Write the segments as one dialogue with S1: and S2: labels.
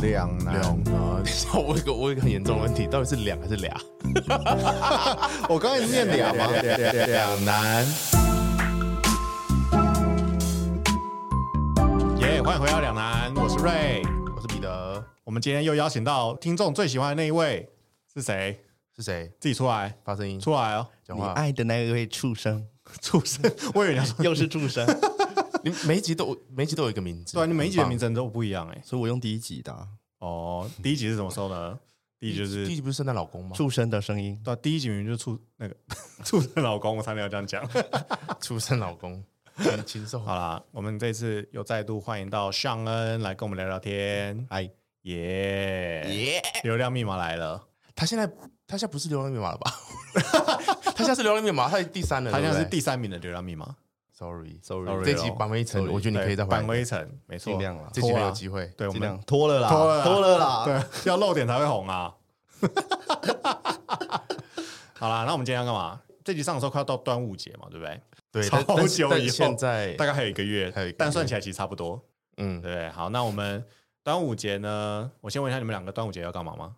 S1: 两难。
S2: 两难。我有一个我有一个很严重的问题，到底是两还是俩？
S1: 我刚才念两吗？
S2: 两难。耶、欢迎回到两难，我是瑞， 我是彼得，
S1: 我们今天又邀请到听众最喜欢的那一位是谁？
S2: 是谁？
S1: 自己出来，
S2: 发声音，
S1: 出来哦！
S2: 讲
S3: 你
S2: 话。
S3: 爱的那一位畜生，
S1: 畜生，我以为你要说，
S3: 又是畜生，
S2: 你每一集都每一集都有一个名 字，
S1: 对啊，你每一集的名
S2: 字。
S1: 称都不一样哎。
S3: 所以我用第一集的啊
S1: 哦，第一集是怎么说呢？第一集就
S2: 第
S1: 是
S2: 一集不是圣诞老公吗？
S3: 畜生的声音。
S1: 对啊，第一集明明就是畜 那个畜生老公，我差点要这样讲。
S2: 出生老公，很禽兽。
S1: 好啦，我们这次又再度欢迎到尚恩来跟我们聊聊天。
S3: 哎，
S1: 耶，
S2: 耶、
S1: 流量密码来了，
S2: 他现在他现在不是流量密码了吧？ 他现在是流量密码，他第三了，
S1: 他现在是
S2: 对不对
S1: 第三名的流量密码，
S2: Sorry
S3: Sorry
S2: 这集扳回一城，
S3: Sorry
S2: 我觉得你可以再
S1: 扳
S2: 回
S1: 回
S2: 来，
S1: 一城，没错
S3: 尽。量啦
S2: 这集
S1: 拖
S2: 没
S1: 啊
S2: 有机会。
S1: 对，我
S3: 尽
S1: 们
S3: 量拖了啦，
S1: 拖了啦
S3: 拖了啦。
S1: 对，要露点才会红啊。 好啦，那我们今天要干嘛？这集上的时候快要到端午节嘛，对不对？
S2: 对，
S1: 超
S2: 但但
S1: 久
S2: 但
S1: 以后
S2: 现在
S1: 大概还有一个月，
S2: 还有一个月
S1: 但算起来其实差不多，
S2: 嗯，
S1: 对。好，那我们端午节呢？我先问一下你们两个，端午节要干嘛吗？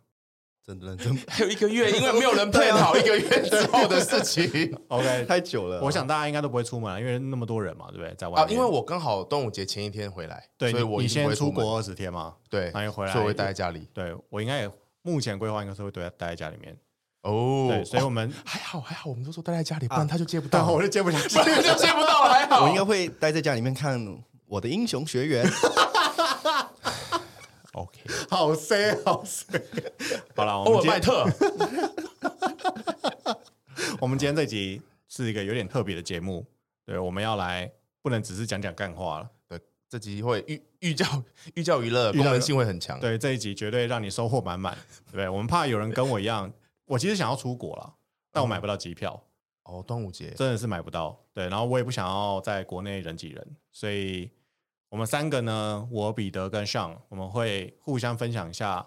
S3: 真的真
S2: 还有一 个月，因为没有人配好一个月之后的事情
S1: OK，
S3: 太久了啊。
S1: 我想大家应该都不会出门啊，因为那么多人嘛，对不对？在外
S2: 啊。
S1: 面，
S2: 因为我刚好端午节前一天回来，
S1: 对，
S2: 所以
S1: 你
S2: 我
S1: 你
S2: 一定
S1: 先
S2: 不会
S1: 出
S2: 门，
S1: 国二十天嘛，
S2: 对，
S1: 那你回来
S2: 所以我会待在家里。
S1: 对我应该也目前规划应该是会待待在家里面，
S2: 哦
S1: 对，，所以我
S2: 哦
S1: 们
S2: 还好还好，我们都说待在家里，不然他就接不到
S1: 但， 我就接不下去
S2: 不，然就接不到了，还好。哦
S3: 我应该会待在家里面看我的英雄学 员。
S2: OK，
S1: 好塞好 塞。好了，我们
S2: 欧尔
S1: 今
S2: 麦
S1: 天
S2: 特，
S1: 我们今天这集是一个有点特别的节目，对，我们要来不能只是讲讲干话了，
S2: 对，这集会寓寓教寓教于乐，
S1: 寓教
S2: 功能性会很强。
S1: 对，这一集绝对让你收获满满，对不对？我们怕有人跟我一样，我其实想要出国了，但我买不到机票。
S2: 哦，端午节，
S1: 真的是买不到。对，然后我也不想要在国内人挤人，所以我们三个呢，我彼得跟尚，我们会互相分享一下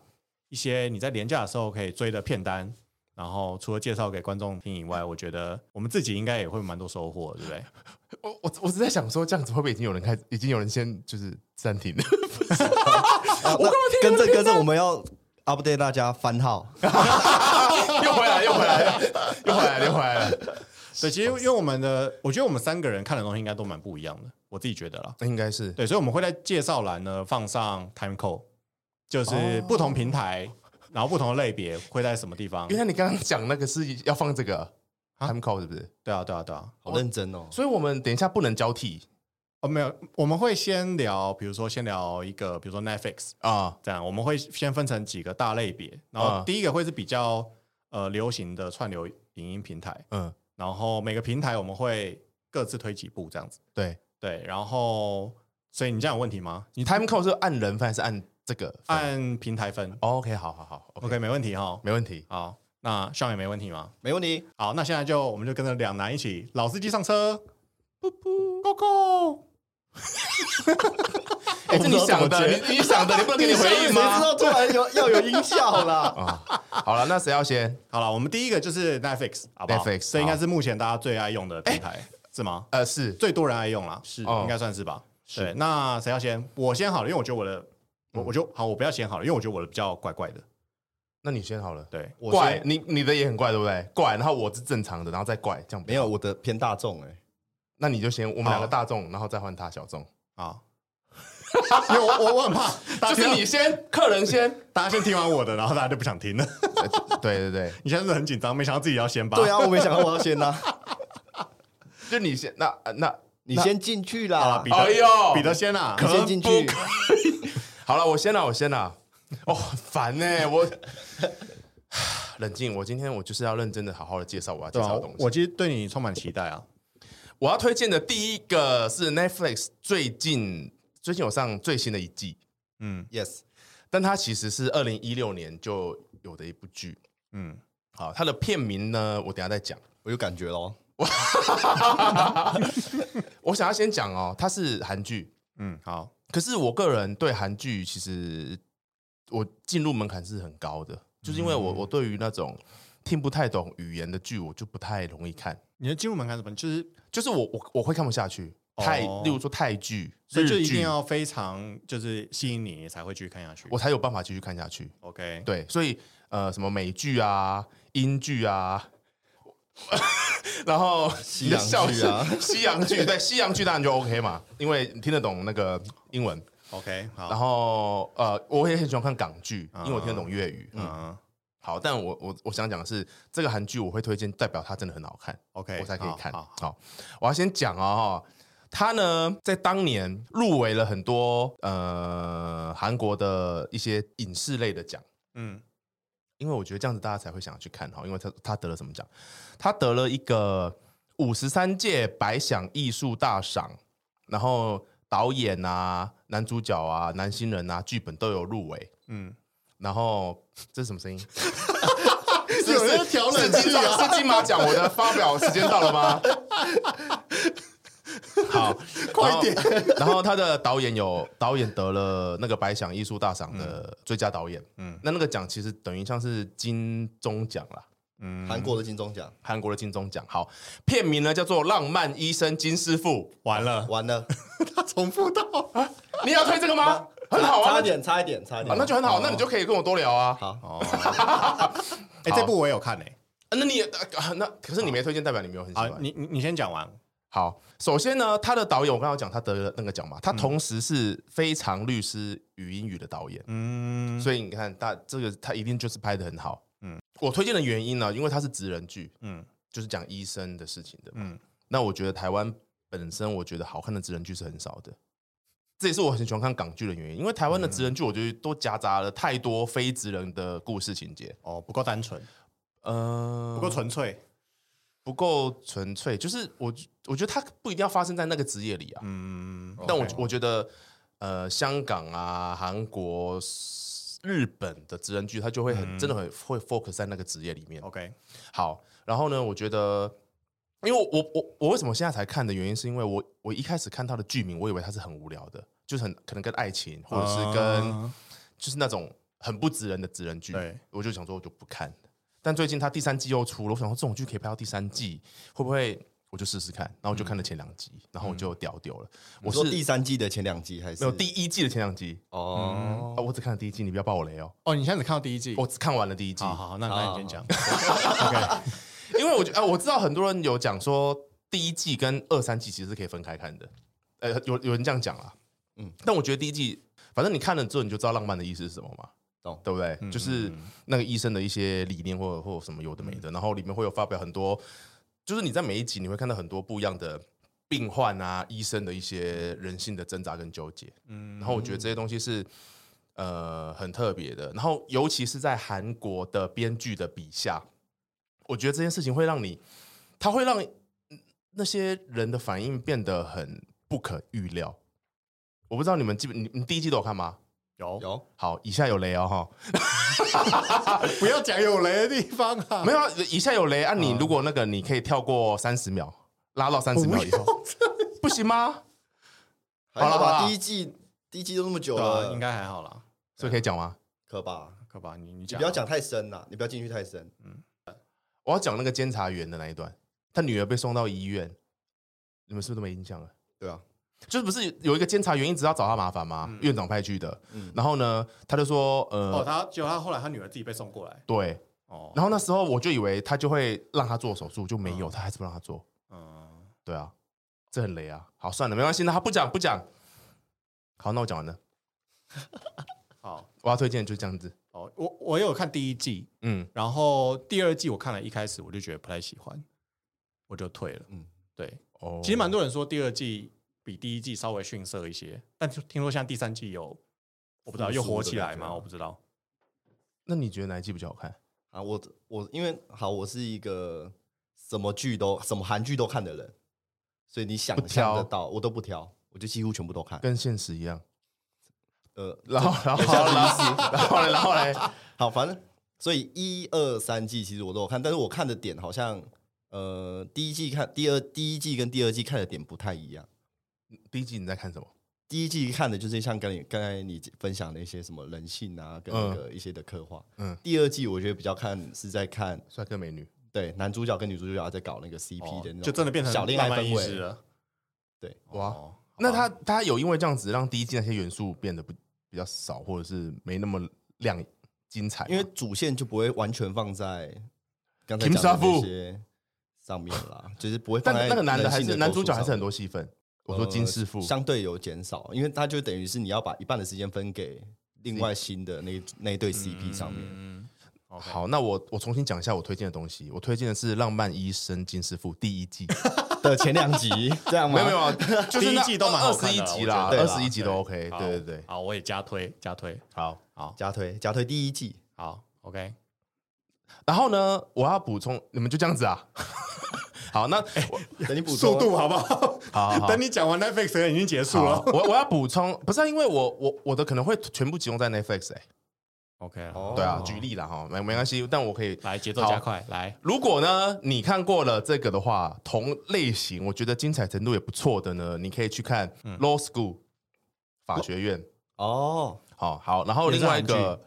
S1: 一些你在廉价的时候可以追的片单。然后除了介绍给观众听以外，我觉得我们自己应该也会蛮多收获，对不对？
S2: 我我我只在想说，这样子会不会已经有人开，已经有人先就是暂 停了？
S3: 啊那跟着跟着，我们要 update 大家番号。
S2: 又回来，又回来，又回来，又回来了。
S1: 对，其实因为我们的，我觉得我们三个人看的东西应该都蛮不一样的，我自己觉得啦。
S2: 应该是
S1: 对，所以我们会在介绍栏呢放上 time code，就是
S2: 哦
S1: 不同平台，然后不同的类别会在什么地方
S2: 原。来你刚刚讲那个是要放这个
S1: 啊
S2: time call 是不是？
S1: 对啊，对啊，对啊。
S3: 好认真 哦，
S2: 所以我们等一下不能交替
S1: 哦，没有，我们会先聊，比如说先聊一个，比如说 Netflix
S2: 啊。
S1: 这样，我们会先分成几个大类别，然后
S3: 嗯
S2: 啊
S1: 第一个会是比较呃流行的串流影音平台，
S2: 嗯，
S1: 然后每个平台我们会各自推几部这样子，
S2: 对。
S1: 对，然后所以你这样有问题吗？
S2: 你 time call 是按人分还是按这个分？
S1: 按平台分、
S2: 哦 OK，好好好
S1: o k 没问题哈，
S2: 没问题。
S1: 好，那上也没问题吗？
S3: 没问题。
S1: 好，那现在就我们就跟着两男一起，老司机上车，不不，Go Go，
S2: 哎，这你想
S1: 我
S2: 的，
S1: 不知道怎么接
S2: 你你想的，你不能给你回应
S3: 谁知
S2: 吗？
S3: 道突然有要有音效啦？
S2: 啊，好了，那谁要先？
S1: 好了，我们第一个就是 Netflix，好不好
S2: Netflix，
S1: 这应该是目前大家最爱用的平台，是吗？
S2: 呃，是
S1: 最多人爱用啦，是
S2: 哦
S1: 应该算是吧？对，那谁要先？我先好了，因为我觉得我的，我我就好，我不要先好了，因为我觉得我的比较怪怪的。
S2: 那你先好了。
S1: 对，
S3: 我
S2: 怪
S3: 先
S2: 你你的也很怪，对不对？怪，然后我是正常的，然后再怪，这样
S3: 没
S2: 有？
S3: 有我的偏大众哎，
S2: 那你就先我们
S1: 好
S2: 两个大众，然后再换他小众。
S1: 啊， 因为我我我很怕大家
S2: 就是
S1: 听
S2: 你先，客人先。
S1: 大家先听完我的，然后大家就不想听了。
S2: 呃对对对，
S1: 你现在是不是很紧张，没想到自己要先吧？
S3: 对，啊，我没想到我要先呐，
S2: 就你先。那呃那
S3: 你先进去
S1: 好了，
S3: 啦
S1: 彼，
S2: 哎
S1: 得，
S2: 呦，
S1: 彼得先啊，
S3: 你先进去。
S2: 好了，我先了，我先了。 哦，很烦呢、我 冷静。我今天我就是要认真的、好好的介绍我要介
S1: 对啊
S2: 绍的东，西。
S1: 我其实对你充满期待啊。
S2: 我要推荐的第一个是 Netflix 最近最近有上最新的一季，
S1: 嗯
S3: Yes，
S2: 但它其实是二零一六年就有的一部剧。
S1: 嗯，
S2: 好，它的片名呢，我等一下再讲。
S3: 我有感觉喽。
S2: 我想要先讲哦，它是韩剧，
S1: 嗯，好，
S2: 可是我个人对韩剧其实我进入门槛是很高的，就是因为我
S1: 嗯
S2: 我对于那种听不太懂语言的剧，我就不太容易看，
S1: 你的进入门槛是什么？就是
S2: 就是我我我会看不下去，泰，
S1: 哦
S2: 例如说泰剧、
S1: 所以就
S2: 日
S1: 一定
S2: 剧，
S1: 要非常就是吸引你，你才会去看下去。
S2: 我才有办法继续看下去。
S1: OK，
S2: 对，所以呃，什么美剧啊、英剧啊， 然后
S3: 西洋剧啊
S2: 你的笑声西洋剧对西洋剧当然就 OK 嘛，因为你听得懂那个英文。
S1: OK，
S2: 然
S1: 好，
S2: 后呃，我也很喜欢看港剧，
S1: 啊
S2: 因为我听得懂粤语。嗯，
S1: 嗯
S2: 好，但我我我想讲的是，这个韩剧我会推荐，代表它真的很好看。
S1: ，OK，
S2: 我才可以
S1: 哎好
S2: 看。
S1: 好，
S2: 好，我要先讲啊、哦，他呢在当年入围了很多呃韩国的一些影视类的奖，
S1: 嗯，
S2: 因为我觉得这样子大家才会想要去看哈，因为他他得了什么奖？他得了一个五十三届百想艺术大赏，然后导演啊、男主角啊、男新人啊、剧本都有入围，
S1: 嗯
S2: 嗯。然后这是什么声音？
S1: 有人在调啊
S2: 是金马是金马奖，我的发表时间到了吗？好，
S1: 快点
S2: 然后。然后他的导演有导演得了那个百想艺术大赏的最佳导演，
S1: 嗯
S2: 嗯，那那个奖其实等于像是金钟奖啦，
S1: 嗯，
S3: 韩国的金钟奖
S2: 韩国的金钟奖。好，片名呢叫做《浪漫医生金师傅
S1: 完了，
S3: 完了，
S1: 他重复到，》，
S2: 你也要推这个吗？很好
S3: 差
S2: 啊
S3: 一，点，差一点，差一
S2: 啊
S3: 点，哦
S2: 那就很好，那你就可以跟我多聊啊。
S3: 好。
S1: 哦，哎，这部我有看诶，
S2: 啊那你也啊那可是你没推荐，代表你没有很喜
S1: 好
S2: 欢，。
S1: 你你你先讲完，
S2: 好，首先呢，他的导演我刚刚有讲他得了那个奖嘛，他同时是《非常律师与英语》的导演，
S1: 嗯，
S2: 所以你看他这个他一定就是拍的很好。
S1: 嗯
S2: 嗯，我推荐的原因呢，因为它是职人剧，
S1: 嗯
S2: 就是讲医生的事情的嘛。
S1: 嗯
S2: 那我觉得台湾本身我觉得好看的职人剧是很少的，这也是我很喜欢看港剧的原因，因为台湾的职人剧我觉得都夹杂了太多非职人的故事情节，
S1: 哦，不够单纯，
S2: 呃，
S1: 不够纯粹，
S2: 不够纯粹，就是我我觉得它不一定要发生在那个职业里啊。
S1: 嗯，
S2: 但我
S1: OK
S2: 我觉得，呃，香港啊、韩国、日本的职人剧，它就会
S1: 嗯
S2: 很、真的很会 focus 在那个职业里面。
S1: OK，
S2: 好，然后呢，我觉得，因为我我我我为什么现在才看的原因，是因为我我一开始看它的剧名，我以为它是很无聊的，就是很可能跟爱情或者是跟、
S1: 啊
S2: 就是那种很不职人的职人剧
S1: 对，
S2: 我就想说我就不看。但最近它第三季又出了，我想说这种剧可以拍到第三季，会不会我就试试看？然后我就看了前两集，然后我就屌丢了。
S1: 嗯
S3: 我
S2: 我
S3: 说
S2: 是
S3: 第三季的前两集还是
S2: 没有第一季的前两集
S3: 哦
S2: 啊，，我只看了第一季，你不要爆我雷哦。
S1: 哦，你现在只看到第一季，
S2: 我只啊看完了第一季，
S1: 好好好，那那你先讲 ，OK，
S2: 因为我觉得、啊我知道很多人有讲说第一季跟二三季其实是可以分开看的，呃，有有人这样讲啊，嗯
S3: 嗯，
S2: 但我觉得第一季，反正你看了之后你就知道浪漫的意思是什么嘛，
S3: 懂
S2: 对不对？
S1: 嗯嗯
S2: 就是那个医生的一些理念或者或者什么有的没的，然后里面会有发表很多，就是你在每一集你会看到很多不一样的病患啊，医生的一些人性的挣扎跟纠结，
S1: 嗯
S2: 然后我觉得这些东西是呃很特别的，然后尤其是在韩国的编剧的笔下，我觉得这件事情会让你，它会让嗯那些人的反应变得很不可预料。我不知道你们基本你你第一季都有看吗？
S1: 有
S3: 有
S2: 好，以下有雷哦哈，
S1: 不要讲有雷的地方啊，
S2: 没有啊，以下有雷啊！你如果那个你可以跳过三十秒，拉到三十秒以后，不行吗？
S3: 还好
S2: 好了好
S3: 吧？
S2: 了
S3: 第一季第一季都那么久
S1: 对啊，
S3: 了，
S1: 应该还好啦，
S2: 所以可以讲吗？
S3: 可吧？
S1: 可吧，你你
S3: 你
S1: 讲，
S3: 不要，讲太深了，你不要进去太深。
S2: 我要讲那个监察员的那一段，他女儿被送到医院，你们是不是都没印象了？
S3: 对啊，
S2: 就是不是有一个监察员一直要找他麻烦吗？院长派去的，
S3: 嗯
S2: 然后呢，他就说，呃，
S1: 哦，他结果他后来他女儿自己被送过来，
S2: 对，
S1: 哦，
S2: 然后那时候我就以为他就会让他做手术，就没有，他还是不让他做，
S1: 嗯，
S2: 对啊，这很雷啊。好，算了，没关系，那他不讲不讲。好，那我讲完了，
S1: 好，
S2: 我要推荐就这样子，
S1: 哦，我我有看第一季，
S2: 嗯，
S1: 然后第二季我看了一开始我就觉得不太喜欢，我就退了。嗯
S3: 嗯，
S1: 对，
S2: 哦，
S1: 其实蛮多人说第二季比第一季稍微逊色一些，但就听说像第三季有，我不知道
S3: 复苏
S1: 又火起
S3: 的
S1: 来
S3: 感觉
S1: 吗？
S3: 啊
S1: 我不知道。
S2: 那你觉得哪一季比较好看？
S3: 啊，我我因为好，我是一个什么剧都什么韩剧都看的人，所以你想
S2: 不挑
S3: 象得到，我都不挑，我就几乎全部都看。
S2: 跟现实一样。
S3: 呃，
S2: 然后，然后， 然后，然后嘞，然后嘞，
S3: 好，反正所以一二三季其实我都有看，但是我看的点好像呃第一季看第二第一季跟第二季看的点不太一样。
S2: 第一季你在看什么？
S3: 第一季看的就是像跟你刚才你分享的一些什么人性啊，跟那个一些的刻画。
S2: 嗯
S3: 第二季我觉得比较看是在看
S2: 帅哥美女，哦
S3: 对男主角跟女主角在搞那个 CP 的那种、
S1: 哦就真的变成
S3: 小恋爱
S1: 浪漫
S3: 氛
S1: 意识
S3: 围。
S1: 了。
S3: 对，
S2: 哇
S1: 哦
S2: 那他他有因为这样子让第一季那些元素变得不比较少，或者是没那么亮精彩吗？
S3: 因为主线就不会完全放在刚才
S2: Kim
S3: 讲的
S2: Safu
S3: 那些上面啦，就是不会放
S2: 但
S3: 在
S2: 那个男的
S3: 人
S2: 还
S3: 性
S2: 是
S3: 的
S2: 男
S3: 构
S2: 主
S3: 筑
S2: 角还是
S3: 上
S2: 很多戏份。我说金师傅
S3: 呃，相对有减少，因为他就等于是你要把一半的时间分给另外新的那那一对 CP 上面。
S1: 嗯，OK
S2: 好，那我我重新讲一下我推荐的东西。我推荐的是《浪漫医生金师傅》第一季，
S3: 的前两集 这样 吗？
S2: 没有没有， 就是
S1: 第一
S2: 那
S1: 季都蛮
S2: 二
S1: 好
S2: 十
S1: 看
S2: 一
S1: 的
S2: 集啦，
S3: 我觉
S2: 二
S3: 得
S2: 十一集都
S1: 对
S2: OK。
S1: 好
S2: 哎对对对，
S1: 好，我也加推加推，
S2: 好。
S1: 好
S3: 加推加推第一季，
S1: 好，OK，
S2: 然后呢，我要补充，你们就这样子啊。 好，那我
S3: 等你补充
S1: 速度好不好？
S2: 好好 好
S1: 等你讲完 Netflix 可能已经结束
S2: 好
S1: 了。
S2: 我我要补充，不是啊因为我我我的可能会全部集中在 Netflix 哎、
S1: OK，
S3: 哦
S2: 对啊，举例了哈，没没关系，但我可以
S1: 来节奏
S2: 好
S1: 加快，来，
S2: 如果呢，你看过了这个的话，同类型我觉得精彩程度也不错的呢，你可以去看《Law School》法学院。
S3: 哦。
S2: 好、好，然后另外一
S1: 也是韩
S2: 个，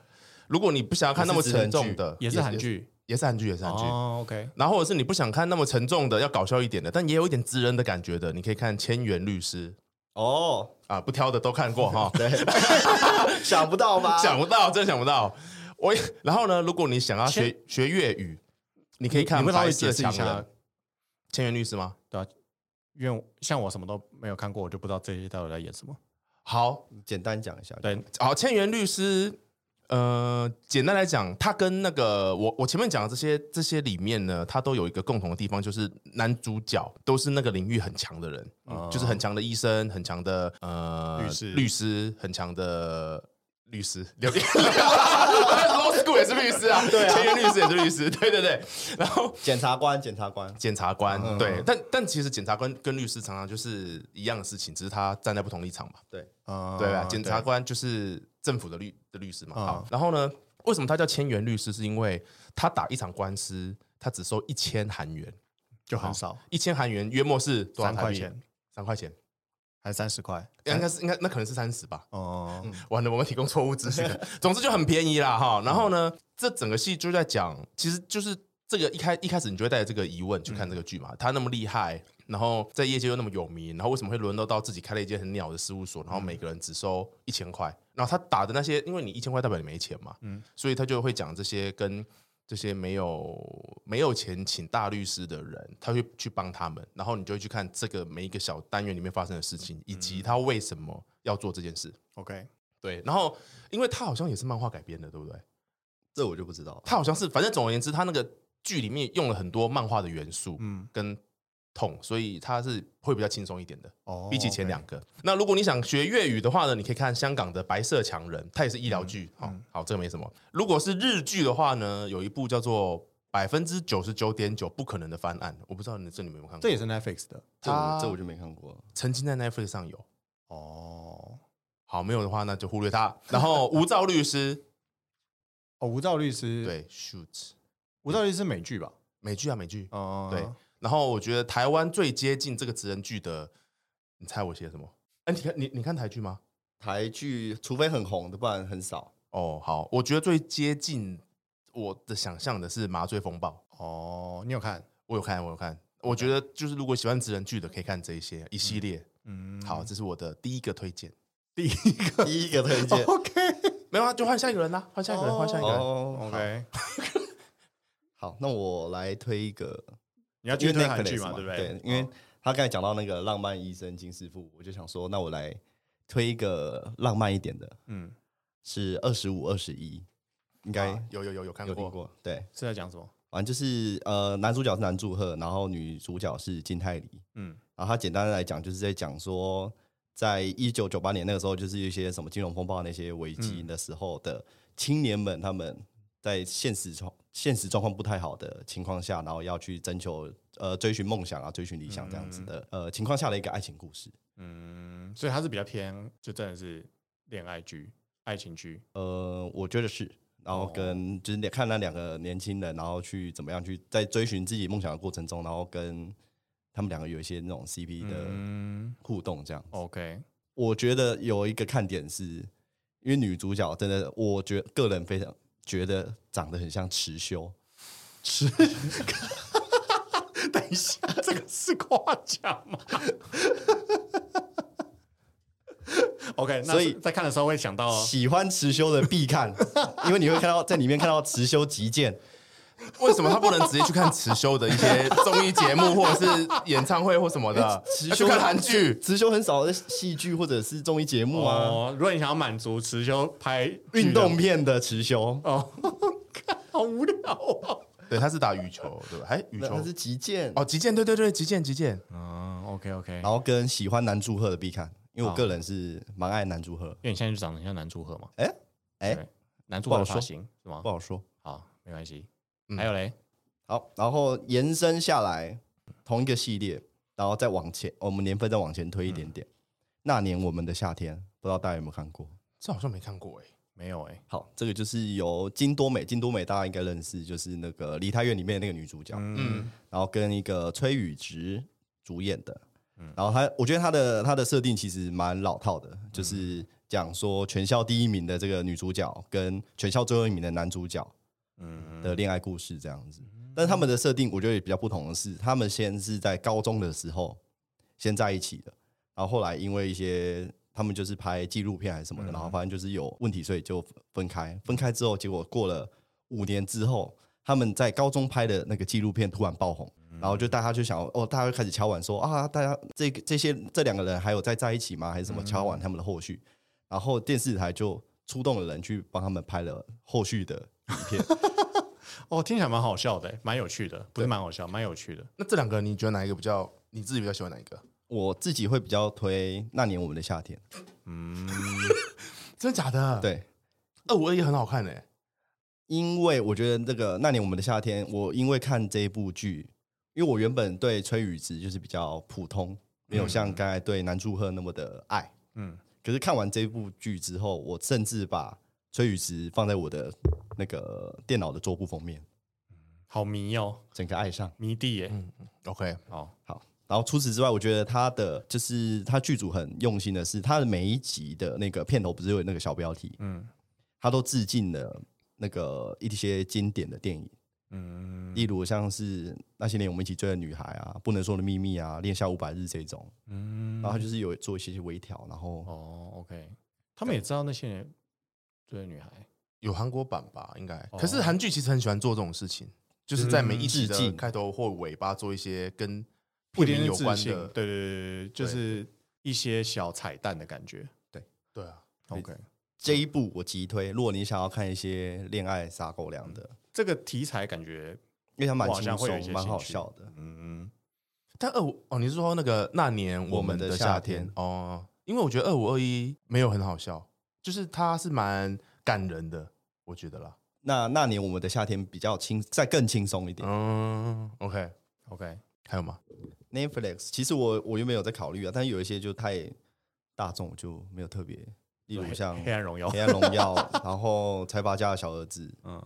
S2: 如果你不想要看那么沉重的，
S1: 也是韩，剧
S2: 呃也是韩剧，也是韩剧。
S1: 哦，OK，
S2: 然后或者是你不想看那么沉重的，要搞笑一点的，但也有一点知人的感觉的，你可以看《千元律师》
S3: 哦，
S2: 啊，不挑的都看 过哈。
S3: 对， 想不到
S1: 啊
S3: 吧？
S2: 想不到，真想不到。我也然后呢，如果你想要
S1: 千
S2: 学学粤语，你可以看
S1: 你
S2: 《
S1: 会稍
S2: 白
S1: 微
S2: 色
S1: 解释一
S2: 强人
S1: 下》。
S2: 千元律师吗？
S1: 对啊，因为像我什么都没有看过，我就不知道这些到底在演什么。
S2: 好，
S3: 简单讲一下，
S1: 对，
S2: 好，千元律师，呃，简单来讲，他跟那个我我前面讲的这些这些里面呢，他都有一个共同的地方，就是男主角都是那个领域很强的人，
S1: 哦
S2: 就是很强的医生，很强的呃
S1: 律师
S2: 律师很强的。律师，刘，law school 也是律师啊，对千元律师也是律师，对对对。然后
S3: 检察官，检察官，
S2: 检察官，
S3: 嗯
S2: 对，但但其实检察官跟律师常常就是一样的事情，只是他站在不同立场嘛。
S1: 呃
S2: 对吧？啊检察官就是政府的律的律师嘛。
S1: 嗯
S2: 好，然后呢，为什么他叫千元律师？是因为他打一场官司，他只收一千韩元，
S1: 就很少，
S2: 一千韩元约莫是多少
S1: 三
S2: 台
S1: 块
S2: 币？
S1: 钱
S2: 三块钱，
S1: 还是三十 块？
S2: 应该是应该那可能是三十吧。
S1: 哦，
S2: 完了，我们提供错误资讯。总之就很便宜啦，哈。然后呢，这整个戏就在讲，其实就是这个一开一开始你就会带着这个疑问去看这个剧嘛。他那么厉害，然后在业界又那么有名，然后为什么会沦落到自己开了一间很鸟的事务所，然后每个人只收一千块？然后他打的那些，因为你一千块代表你没钱嘛，嗯，所以他就会讲这些跟。这些没有没有钱请大律师的人，他会去帮他们，然后你就会去看这个每一个小单元里面发生的事情，以及他为什么要做这件事。
S1: OK，
S2: 对，然后因为它好像也是漫画改编的，对不对？
S3: 这我就不知道了。
S2: 它好像是，反正总而言之，它那个剧里面用了很多漫画的元素
S1: 嗯，
S2: 跟痛，所以它是会比较轻松一点的，
S1: 哦
S2: 比起前两个。那如果你想学粤语的话呢，你可以看香港的《白色强人》，它也是医疗剧，好、好，这个没什么。如果是日剧的话呢，有一部叫做《百分之九十九点九不可能的翻案》，我不知道你这里面有没有看过，
S1: 这也是 Netflix 的
S3: 这我
S2: 他
S3: 这我就没看过了。
S2: 曾经在 Netflix 上有。
S1: 哦。
S2: 好，没有的话那就忽略它。然后无照律师，
S1: 哦，吴兆律师，，
S2: 对，shoot，
S1: 吴兆律师美剧吧？
S2: 美剧啊，美剧，
S1: 哦，
S2: 对，然后我觉得台湾最接近这个职人剧的，你猜我写什么？哎、你看你你看台剧吗？
S3: 台剧除非很红的，不然 很少。
S2: 哦，好，我觉得最接近我的想象的是《麻醉风暴》，
S1: 哦，你有看？
S2: 我有看，我有看。我觉得就是如果喜欢职人剧的，可以看这一些一系列。
S1: 嗯，
S2: 好，这是我的第一个推荐。
S1: 第一个
S3: 第一个推荐
S1: OK
S2: 没有啊，就换下一个人啦、换下一个人，换下一个人。
S3: 哦，
S1: OK，
S3: 好，那我来推一个，
S1: 你要
S3: 因
S1: 去
S3: 为
S1: 推
S3: n
S1: 韩
S3: e
S1: 剧
S3: t
S1: 嘛，对不哦对？
S3: 因为他刚才讲到那个浪漫医生金师傅，我就想说，那我来推一个浪漫一点的，
S1: 嗯，
S3: 是二十五、二十一，应该
S2: 啊有有有有看
S3: 有
S2: 过
S3: 听过。对，
S1: 是在讲什么？
S3: 反正就是呃，男主角是南柱赫，然后女主角是金泰梨。
S1: 嗯
S3: 然后他简单的来讲，就是在讲说，在一九九八年那个时候，就是一些什么金融风暴那些危机的时候的青年们，他们在现实状现实状况不太好的情况下，然后要去征求呃追寻梦想啊，追寻理想这样子的、呃情况下的一个爱情故事。
S1: 嗯，所以它是比较偏，就真的是恋爱剧、爱情剧。
S3: 呃，我觉得是。然
S1: 哦
S3: 后跟就是你看那两个年轻人，然后去怎么样去在追寻自己梦想的过程中，然后跟他们两个有一些那种 CP 的
S1: 嗯
S3: 互动，这样。
S1: ，OK，
S3: 我觉得有一个看点是，因为女主角真的，我觉个人非常觉得长得很像池修，
S1: 等一下，这个是夸奖吗？ OK，那
S3: 所以
S1: 是在看的时候会想到
S3: 喜欢持修的必看， 因为你会看到在里面看到持修极简，
S2: 为什么他不能直接去看辞修的一些综艺节目，或者是演唱会或什么的？
S3: 辞
S2: 要去
S3: 修
S2: 看韩剧，
S3: 持修很少的戏剧或者是综艺节目啊，
S1: 哦，如果你想要满足持修拍
S3: 运动片的持修，
S1: 哦，看好无聊啊。
S2: 对，他是打羽球，对吧？哎，羽
S3: 那
S2: 球
S3: 它是极简，
S2: 哦，击剑，对对对，击剑击剑，
S1: 嗯，OK OK，
S3: 然后跟喜欢男祝贺的必看，因为我个人是蛮爱男祝贺，
S1: 因为你现在就长得很像男祝贺嘛，
S3: 哎哎，
S1: 对，男祝
S3: 不
S1: 贺
S3: 好
S1: 的
S3: 说
S1: 发型是吗
S3: 不？好说。
S1: 好，没关系。
S2: 嗯
S1: 还有嘞，
S3: 好，然后延伸下来同一个系列，然后再往前，我们年份再往前推一点点。那年我们的夏天，不知道大家有没有看过？
S2: 这好像没看过哎。
S1: 没有哎，
S3: 好，这个就是由金多美，金多美大家应该认识，就是那个《梨泰院》里面的那个女主角，
S2: 嗯，
S3: 然后跟一个崔宇植主演的。然后她，我觉得她的她的设定其实蛮老套的，就是讲说全校第一名的这个女主角跟全校最后一名的男主角，
S1: 嗯
S3: 的恋爱故事这样子。但是他们的设定，我觉得也比较不同的是，他们先是在高中的时候先在一起的，然后后来因为一些他们就是拍纪录片还是什么的，然后反正就是有问题，所以就分开。分开之后，结果过了五年之后，他们在高中拍的那个纪录片突然爆红。然后就大家就想哦，大家就开始敲碗说啊，大家这个这些这两个人还有在在一起吗？还是什么敲碗他们的后续？然后电视台就出动了人去帮他们拍了后续的影片，
S1: 哦，听起来蛮好笑的，蛮有趣的，不是蛮好笑，蛮有趣的。
S2: 那这两个你觉得哪一个比较？你自己比较喜欢哪一个？
S3: 我自己会比较推《那年我们的夏天
S1: 嗯
S2: 真的假的？》，，
S3: 对，
S2: 二五二也很好看哎。
S3: 因为我觉得这个《那年我们的夏天》，我因为看这一部剧，因为我原本对崔宇植就是比较普通，没有像刚才对南柱赫那么的爱，
S1: 嗯，
S3: 可是看完这部剧之后，我甚至把崔宇植放在我的那个电脑的桌布封面，
S1: 好迷哦，
S3: 整个爱上。
S1: 迷弟耶。
S2: 嗯，OK，
S1: 好，
S3: 好，然后除此之外，我觉得他的就是他剧组很用心的是，他的每一集的那个片头不是有那个小标题，
S1: 嗯
S3: 他都致敬了那个一些经典的电影，
S1: 嗯
S3: 例如像是那些年我们一起追的女孩啊，不能说的秘密啊，恋下五百日这种，
S1: 嗯，
S3: 然后他就是有做一些些微调，然后
S1: 哦，OK，他们也知道那些人追的女孩。
S2: 有韩国版吧？应该。
S1: 哦
S2: 可是韩剧其实很喜欢做这种事情，就是在每一集
S3: 嗯致
S2: 的
S3: 敬
S2: 开头或尾巴做一些跟
S1: 不一
S2: 片
S1: 定
S2: 名
S1: 是
S2: 有
S1: 自
S2: 关
S1: 信
S2: 的。
S1: 对对对对，就是一些小彩蛋的感觉。
S2: 对啊，
S1: OK，
S3: 这一部我急推，如果你想要看一些恋爱撒狗粮的，
S1: 这个题材感觉，
S3: 因为它蛮
S1: 我好像
S3: 轻
S1: 会有一些
S3: 松，蛮好
S1: 兴趣
S3: 笑的。
S1: 嗯，
S2: 但二五哦，你是说那个那年我们的夏
S3: 我
S2: 天
S3: 们的夏天
S2: 哦？因为我觉得二五二一没有很好笑，就是它是蛮感人的，我觉得啦。
S3: 那那年我们的夏天比较轻，再更轻松一点。
S2: 嗯，OK，
S1: OK，
S2: 还有吗？
S3: Netflix 其实我我原本有在考虑啊，但是有一些就太大众，我就没有特别，例如
S1: 黑
S3: 像
S1: 黑暗荣耀
S3: 黑，暗荣耀，然后财阀家的小儿子，
S1: 嗯，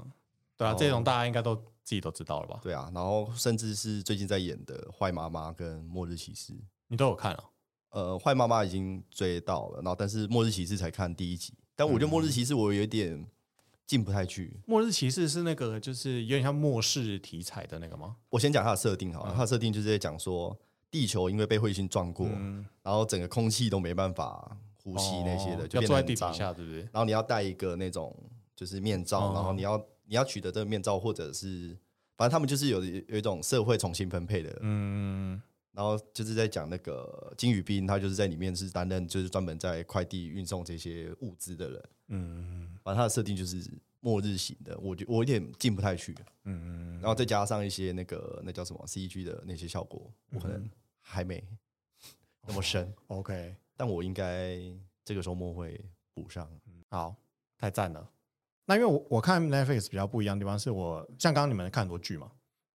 S1: 对啊，这种大家应该都自己都知道了吧？
S3: 哦对啊，然后甚至是最近在演的《坏妈妈》跟《末日骑士》。
S1: 你都有看啊？
S3: 呃，《坏妈妈》已经追到了，然后但是《末日骑士》才看第一集，但我觉得《末
S1: 嗯
S3: 日骑士》我有点进不太去。
S1: 末日骑士是那个，就是有点像末世题材的那个吗？
S3: 我先讲它的设定好
S1: 嗯
S3: 了，它的设定就是在讲说地球因为被彗星撞过，
S1: 嗯，
S3: 然后整个空气都没办法呼吸那些的，
S1: 哦要
S3: 就变
S1: 坐
S3: 得
S1: 在
S3: 很
S1: 地
S3: 脏
S1: 底下，对不对？
S3: 然后你要戴一个那种就是面罩，
S1: 哦
S3: 然后你要你要取得这个面罩，或者是反正他们就是有有一种社会重新分配的，
S1: 嗯，
S3: 然后就是在讲那个金宇彬，他就是在里面是担任就是专门在快递运送这些物资的人，
S1: 嗯
S3: 反正他的设定就是末日型的，我觉我有点进不太去，
S1: 嗯
S3: 然后再加上一些那个那叫什么 CG 的那些效果，我可
S1: 嗯
S3: 能还没那么深，
S1: ，OK，
S3: 但我应该这个周末会补上。
S1: 好，太赞了。那因为我我看 Netflix 比较不一样的地方是我像刚刚你们看很多剧嘛，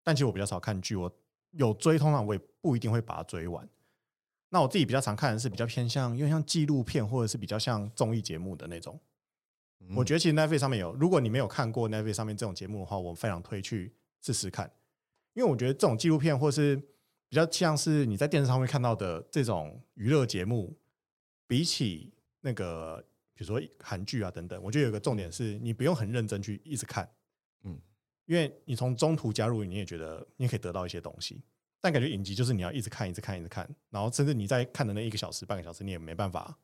S1: 但其实我比较少看剧，我有追，通常我也不一定会把它追完。那我自己比较常看的是比较偏向，因为像纪录片或者是比较像综艺节目的那种。
S3: 嗯
S1: 我觉得其实 Netflix 上面有，如果你没有看过 Netflix 上面这种节目的话，我非常推去试试看，因为我觉得这种纪录片或是比较像是你在电视上会看到的这种娱乐节目，比起那个比如说韩剧啊等等，我觉得有一个重点是你不用很认真去一直看，
S3: 嗯
S1: 嗯，因为你从中途加入，你也觉得你也可以得到一些东西，但感觉影集就是你要一直看、一直看、一直看，然后甚至你在看的那一个小时、半个小时，你也没办法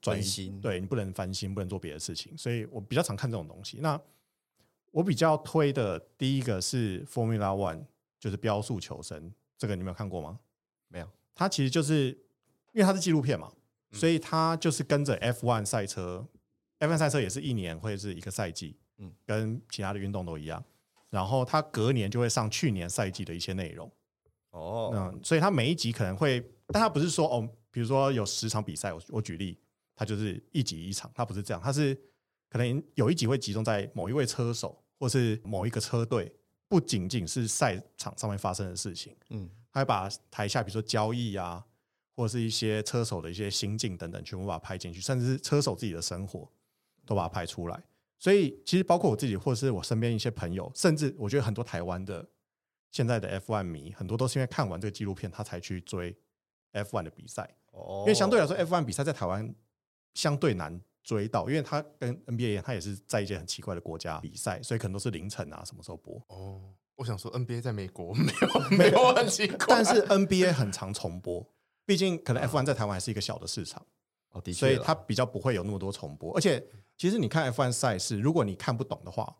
S1: 转
S3: 分
S1: 移，
S3: 心
S1: 对你不能翻新，不能做别的事情，所以我比较常看这种东西。那我比较推的第一个是 Formula One，就是《标速求生》，这个你没有看过吗？
S3: 没有，嗯
S1: 它其实就是因为它是纪录片嘛，所以它就是跟着 F1 赛车，F1 赛车也是一年或者是一个赛季，嗯
S3: 嗯，
S1: 跟其他的运动都一样。然后它隔年就会上去年赛季的一些内容，
S3: 哦，
S1: 嗯，所以它每一集可能会，但它不是说哦，比如说有十场比赛，我我举例，它就是一集一场，它不是这样，它是可能有一集会集中在某一位车手或是某一个车队，不仅仅是赛场上面发生的事情，
S3: 嗯，
S1: 还把台下比如说交易啊，或是一些车手的一些心境等等，全部把它拍进去，甚至是车手自己的生活都把它拍出来。所以其实包括我自己，或是我身边一些朋友，甚至我觉得很多台湾的现在的 F1 迷，很多都是因为看完这个纪录片，他才去追 F1 的比赛。
S3: 哦，
S1: 因为相对来说，F1 比赛在台湾相对难追到，因为它跟 NBA 一样，它也是在一些很奇怪的国家比赛，所以可能都是凌晨啊什么时候播。
S2: 哦，我想说 NBA 在美国 没有没有很奇怪，
S1: 但是 NBA 很常重播，毕竟可能 F1 在台湾还是一个小的市场，
S3: 哦，啊的确
S1: 所
S3: 啦，
S1: 以它比较不会有那么多重播。而且，其实你看 F1 赛事，如果你看不懂的话，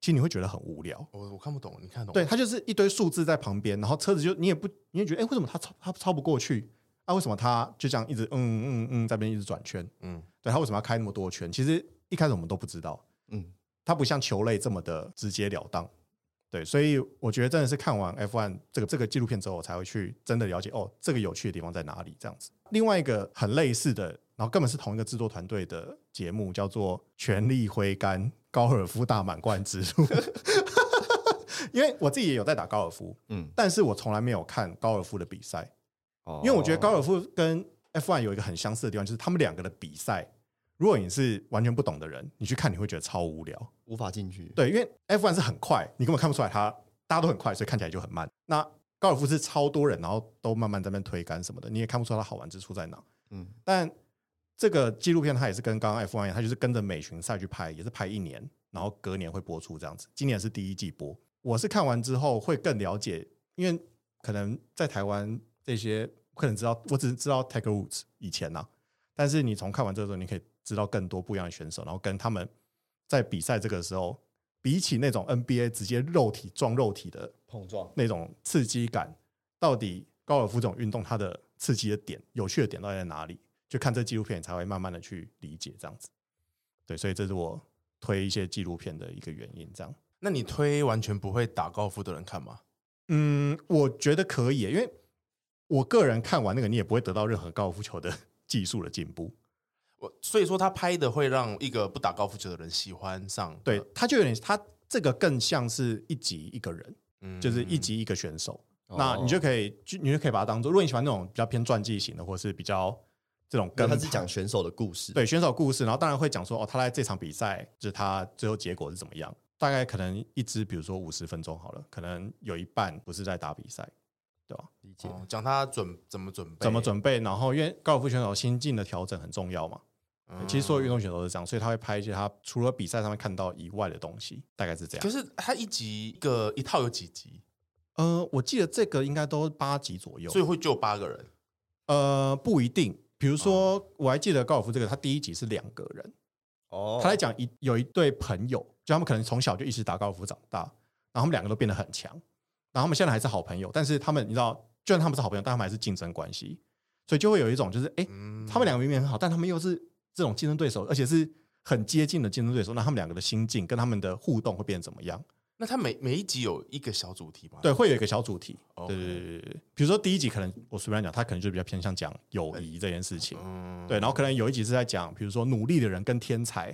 S1: 其实你会觉得很无聊。
S2: 我我看不懂，你看得懂？
S1: 对，它就是一堆数字在旁边，然后车子就你也不，你也觉得，哎、为什么它超它超不过去？啊，为什么它就这样一直嗯嗯嗯在那边一直转圈？
S2: 嗯，
S1: 对，它为什么要开那么多圈？其实一开始我们都不知道，
S3: 嗯，
S1: 它不像球类这么的直截了当。对，所以我觉得真的是看完 F1 这个这个纪录片之后，我才会去真的了解哦，这个有趣的地方在哪里这样子。另外一个很类似的，然后根本是同一个制作团队的节目，叫做《全力挥杆高尔夫大满贯之路》。 因为我自己也有在打高尔夫，
S3: 嗯，
S1: 但是我从来没有看高尔夫的比赛，
S3: 哦
S1: 因为我觉得高尔夫跟 F1 有一个很相似的地方，就是他们两个的比赛，如果你是完全不懂的人，你去看你会觉得超无聊。
S3: 无法进去，
S1: 对，因为 F1 是很快，你根本看不出来它，大家都很快，所以看起来就很慢。那高尔夫是超多人，然后都慢慢在那边推杆什么的，你也看不出它好玩之处在哪。
S3: 嗯，
S1: 但这个纪录片它也是跟刚刚 F1 一样，它就是跟着美巡赛去拍，也是拍一年，然后隔年会播出这样子。今年是第一季播，我是看完之后会更了解，因为可能在台湾这些可能知道，我只知道 Tiger Woods 以前啊呐、但是你从看完这个之后，你可以知道更多不一样的选手，然后跟他们在比赛这个时候，比起那种 NBA 直接肉体撞肉体的
S3: 碰撞，
S1: 那种刺激感，到底高尔夫这种运动它的刺激的点、有趣的点到底在哪里？就看这纪录片你才会慢慢的去理解这样子。对，所以这是我推一些纪录片的一个原因。这样，
S2: 那你推完全不会打高尔夫的人看吗？
S1: 嗯，我觉得可以耶，因为我个人看完那个，你也不会得到任何高尔夫球的技术的进步。
S2: 我所以说他拍的会让一个不打高尔夫球的人喜欢上，
S1: 对，它就有点，它这个更像是一集一个人，
S2: 嗯
S1: 就是一集一个选手。
S3: 哦
S1: 那你就可以，就你就可以把它当做，如果你喜欢那种比较偏传记型的，或是比较这种
S3: 因为
S1: 跟
S3: 他是
S1: 拍
S3: 讲选手的故事，，
S1: 对选手故事，然后当然会讲说哦，他在这场比赛就是他最后结果是怎么样。大概可能一支，比如说五十分钟好了，可能有一半不是在打比赛，
S3: 理解，
S2: 哦讲他准怎么准备，
S1: 怎么准备，然后因为高尔夫选手心境的调整很重要嘛。
S2: 嗯
S1: 其实所有运动选手都是这样，所以他会拍一些他除了比赛上面看到以外的东西，大概是这
S2: 可
S1: 样。
S2: 是他一集一个一套有几集，
S1: 呃，我记得这个应该都八集左右，
S2: 所以会就八个人。
S1: 呃不一定。比如
S2: 哦
S1: 说，我还记得高尔夫这个，他第一集是两个人，
S3: 哦，
S1: 他在讲一有一对朋友，就他们可能从小就一起打高尔夫长大，然后他们两个都变得很强，然后他们现在还是好朋友，但是他们你知道，就算他们是好朋友，但他们还是竞争关系，所以就会有一种就是哎、诶
S2: 嗯
S1: 他们两个明明很好，但他们又是这种竞争对手，而且是很接近的竞争对手，那他们两个的心境跟他们的互动会变得怎么样？
S2: 那他每每一集有一个小主题吗？
S1: 对，会有一个小主题。
S2: OK
S1: 对对对对对，比如说第一集可能我随便讲，他可能就比较偏向讲友谊这件事情。
S2: 嗯，
S1: 对，然后可能有一集是在讲，比如说努力的人跟天才，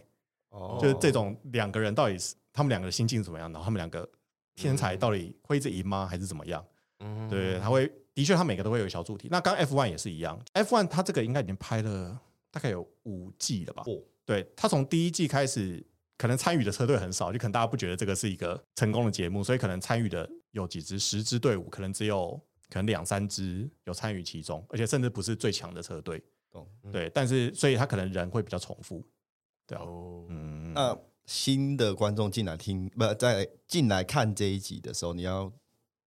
S3: 哦
S1: 就是这种两个人到底是他们两个的心境怎么样，然后他们两个天才到底会一直赢吗，还是怎么样？
S2: 嗯，
S1: 对，他会的确，他每个都会有小主题。那刚 F one 也是一样，F one 它这个应该已经拍了大概有五季了吧？
S3: 哦
S1: 对，它从第一季开始，可能参与的车队很少，就可能大家不觉得这个是一个成功的节目，所以可能参与的有几支十支队伍，可能只有可能两三支有参与其中，而且甚至不是最强的车队。
S3: 懂
S1: 对，但是所以他可能人会比较重复。对啊，
S2: 哦，
S1: 嗯，
S3: 那新的观众进来听，不在进来看这一集的时候，你要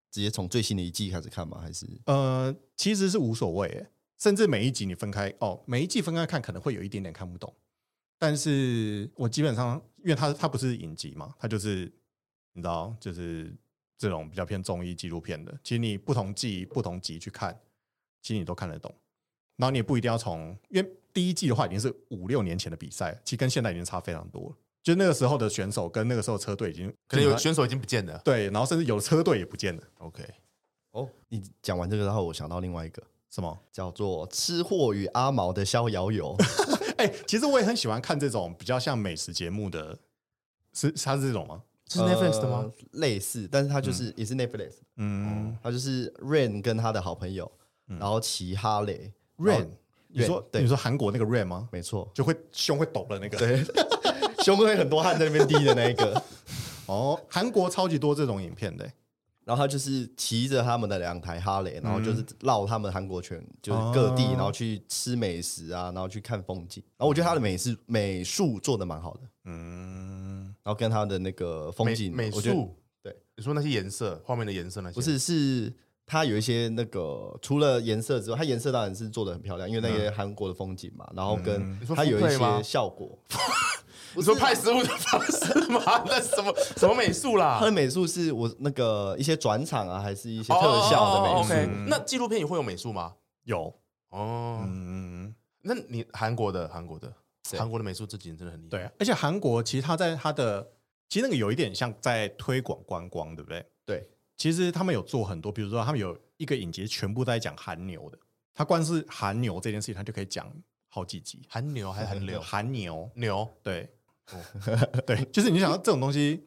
S3: 直接从最新的一季开始看吗？还是
S1: 呃，其实是无所谓耶，甚至每一集你分开哦，每一季分开看可能会有一点点看不懂，但是我基本上因为它它不是影集嘛，它就是你知道就是这种比较偏综艺纪录片的，其实你不同季不同集去看，其实你都看得懂，然后你也不一定要从因为第一季的话已经是五六年前的比赛，其实跟现在已经差非常多了。就那个时候的选手跟那个时候车队已经
S2: 可能有选手已经不见了。
S1: 对，然后甚至有车队也不见了，
S2: OK，
S3: 哦，你讲完这个然后，我想到另外一个
S1: 什么？
S3: 叫做《吃货与阿毛的逍遥游》
S1: 哎、其实我也很喜欢看这种比较像美食节目的，是它是这种吗？
S2: 这是 Netflix 的吗？
S3: 呃类似，但是它就是、也是 Netflix，
S1: 嗯
S3: 他就是 Rain 跟他的好朋友，然后骑哈雷然
S1: ，Rain，
S3: 后
S1: 你说
S3: Rain，对
S1: 你说韩国那个 Rain 吗？
S3: 没错，
S1: 就会胸会抖的那个，对，
S3: 胸会很多汗在那边滴的那一个，
S1: 哦，韩国超级多这种影片的、
S3: 然后他就是骑着他们的两台哈
S2: 嗯
S3: 雷，然后就是绕他们韩国全，就是各地，
S1: 哦
S3: 然后去吃美食啊，然后去看风景。然后我觉得他的美是美术做的蛮好的，
S1: 嗯，
S3: 然后跟他的那个风
S2: 美
S3: 景
S2: 美
S3: 我觉得
S2: 术，
S3: 对，
S2: 你说那些颜色，画面的颜色那些，
S3: 不是是。它有一些那个，除了颜色之外，它颜色当然是做的很漂亮，因为那
S2: 嗯
S3: 个韩国的风景嘛，然后跟
S2: 你说
S3: 它有一
S2: foodplay 吗
S3: 些效果。
S2: 你说派食物的方式吗？ 那什么什么美术啦
S3: 它？的美术是我那个一些转场啊，还是一些
S2: 哦
S3: 特效的美术。
S2: 哦哦哦 OK，那纪录片也会有美术吗？
S1: 有，
S2: 哦，
S1: 嗯，
S2: 那你韩国的韩国的
S3: 对
S2: 韩国的美术这几年真的很厉害。
S1: 对啊，而且韩国其实它在它的，其实那个有一点像在推广观光，对不对？
S3: 对，
S1: 其实他们有做很多，比如说他们有一个影集全部都在讲韩牛的，他光是韩牛这件事情，他就可以讲好几集，
S2: 韩牛还是韩流？
S1: 韩牛，
S2: 牛
S1: 对，对，哦就是你想要这种东西，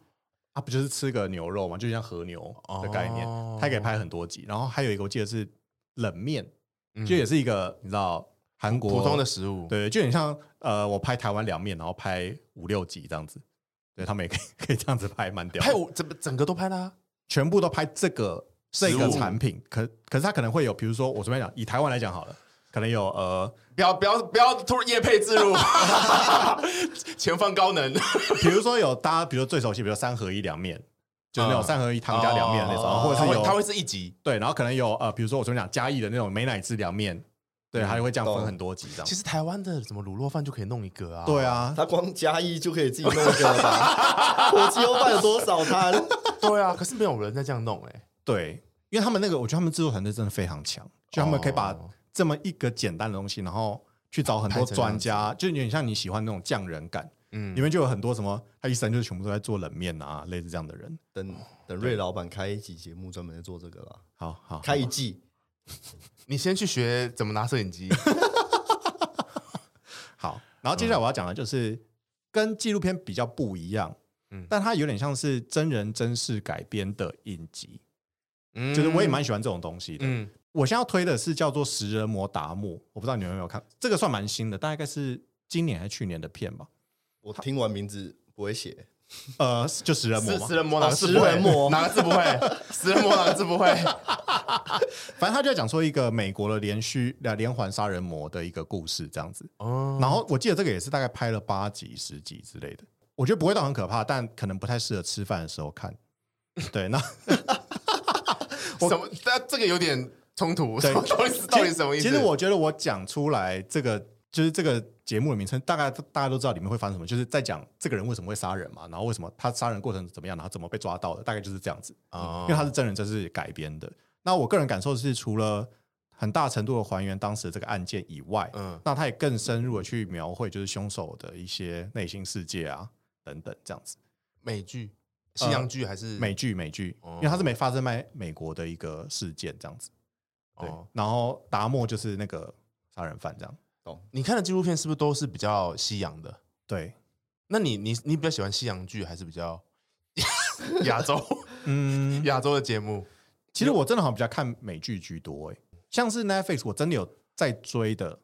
S1: 啊，不就是吃个牛肉嘛，就像和牛的概念，
S2: 哦
S1: 它可以拍很多集。然后还有一个我记得是冷面，
S2: 嗯
S1: 就也是一个你知道韩国
S2: 普通的，食物，
S1: 对，就很像呃，我拍台湾凉面，然后拍五六集这样子，对他们也可以可以这样子拍，蛮屌的，
S2: 拍我整整个都拍啦。
S1: 全部都拍这个这
S2: 食
S1: 个
S2: 物
S1: 产品，可可是它可能会有，比如说我随便讲，以台湾来讲好了，可能有呃，
S2: 不要不要不要突然夜配自 入，前方高能。
S1: 比如说有大家，比如说最熟悉，比如说三合一凉面，就是那种
S2: 嗯
S1: 三合一汤加凉面那种，
S2: 哦
S1: 或者
S2: 它
S1: 是
S2: 会
S1: 有
S2: 它会是一集。
S1: 对，然后可能有呃，比如说我昨天讲嘉义的那种美乃滋凉面，对，它就会这样分很多集这样
S2: 嗯其。实台湾的什么卤肉饭就可以弄一个啊。
S1: 对，啊，
S3: 他光加一就可以自己弄一个了吧？ 火鸡肉饭有多少摊？
S2: 对啊，可是没有人在这样弄哎。
S1: 对，因为他们那个，我觉得他们制作团队真的非常强，就他们可以把
S2: 哦
S1: 这么一个简单的东西，然后去找很多
S2: 拍成那
S1: 专
S2: 样子
S1: 家，就有点像你喜欢那种匠人感，
S2: 嗯
S1: 里面就有很多什么，他一生就全部都在做冷面啊，类似这样的人。
S3: 等等，瑞老板开一集节目专门在做这个啦，
S1: 好好，
S3: 开一季。
S2: 你先去学怎么拿摄影机，
S1: 好，然后接下来我要讲的就是、跟纪录片比较不一样，
S2: 嗯
S1: 但它有点像是真人真事改编的影集，
S2: 嗯
S1: 就是我也蛮喜欢这种东西的。
S2: 嗯
S1: 我现在要推的是叫做《食人魔达摩》，我不知道你们有没有看，这个算蛮新的，大概是今年还是去年的片 吧。
S3: 我听完名字不会写，
S1: 呃，就食人魔
S2: 是
S1: 嘛
S2: 食，人魔哪个
S3: 哦
S2: 字不会？
S3: 食人魔
S2: 哪个字不会？食人魔哪个字 不会？
S1: 反正他就在讲说一个美国的连续呃连环杀人魔的一个故事这样子。
S2: 哦，
S1: 然后我记得这个也是大概拍了八集、十集之类的，我觉得不会到很可怕，但可能不太适合吃饭的时候看。对，那
S2: 什么？但这个有点冲突，
S1: 对
S2: 什么到底是到底什么意思？
S1: 其实我觉得我讲出来这个就是这个节目的名称，大概大家都知道里面会发生什么，就是在讲这个人为什么会杀人嘛，然后为什么他杀人过程怎么样，然后怎么被抓到的，大概就是这样子。
S2: 哦
S1: 因为它是真人真事改编
S2: 嗯
S1: 的。那我个人感受是，除了很大程度的还原当时的这个案件以外，
S2: 嗯
S1: 那他也更深入的去描绘就是凶手的一些内心世界啊等等这样子。
S2: 美剧、西洋剧还是
S1: 呃美剧美剧，
S2: 哦
S1: 因为它是美发生在美国的一个事件这样子。对，
S2: 哦
S1: 然后达莫就是那个杀人犯这样。
S2: 你看的纪录片是不是都是比较西洋的？
S1: 对，
S2: 那你你你比较喜欢西洋剧还是比 较亚洲
S1: 嗯，
S2: 亚洲的节目？
S1: 其实我真的好像比较看美剧居多诶、像是 Netflix 我真的有在追的，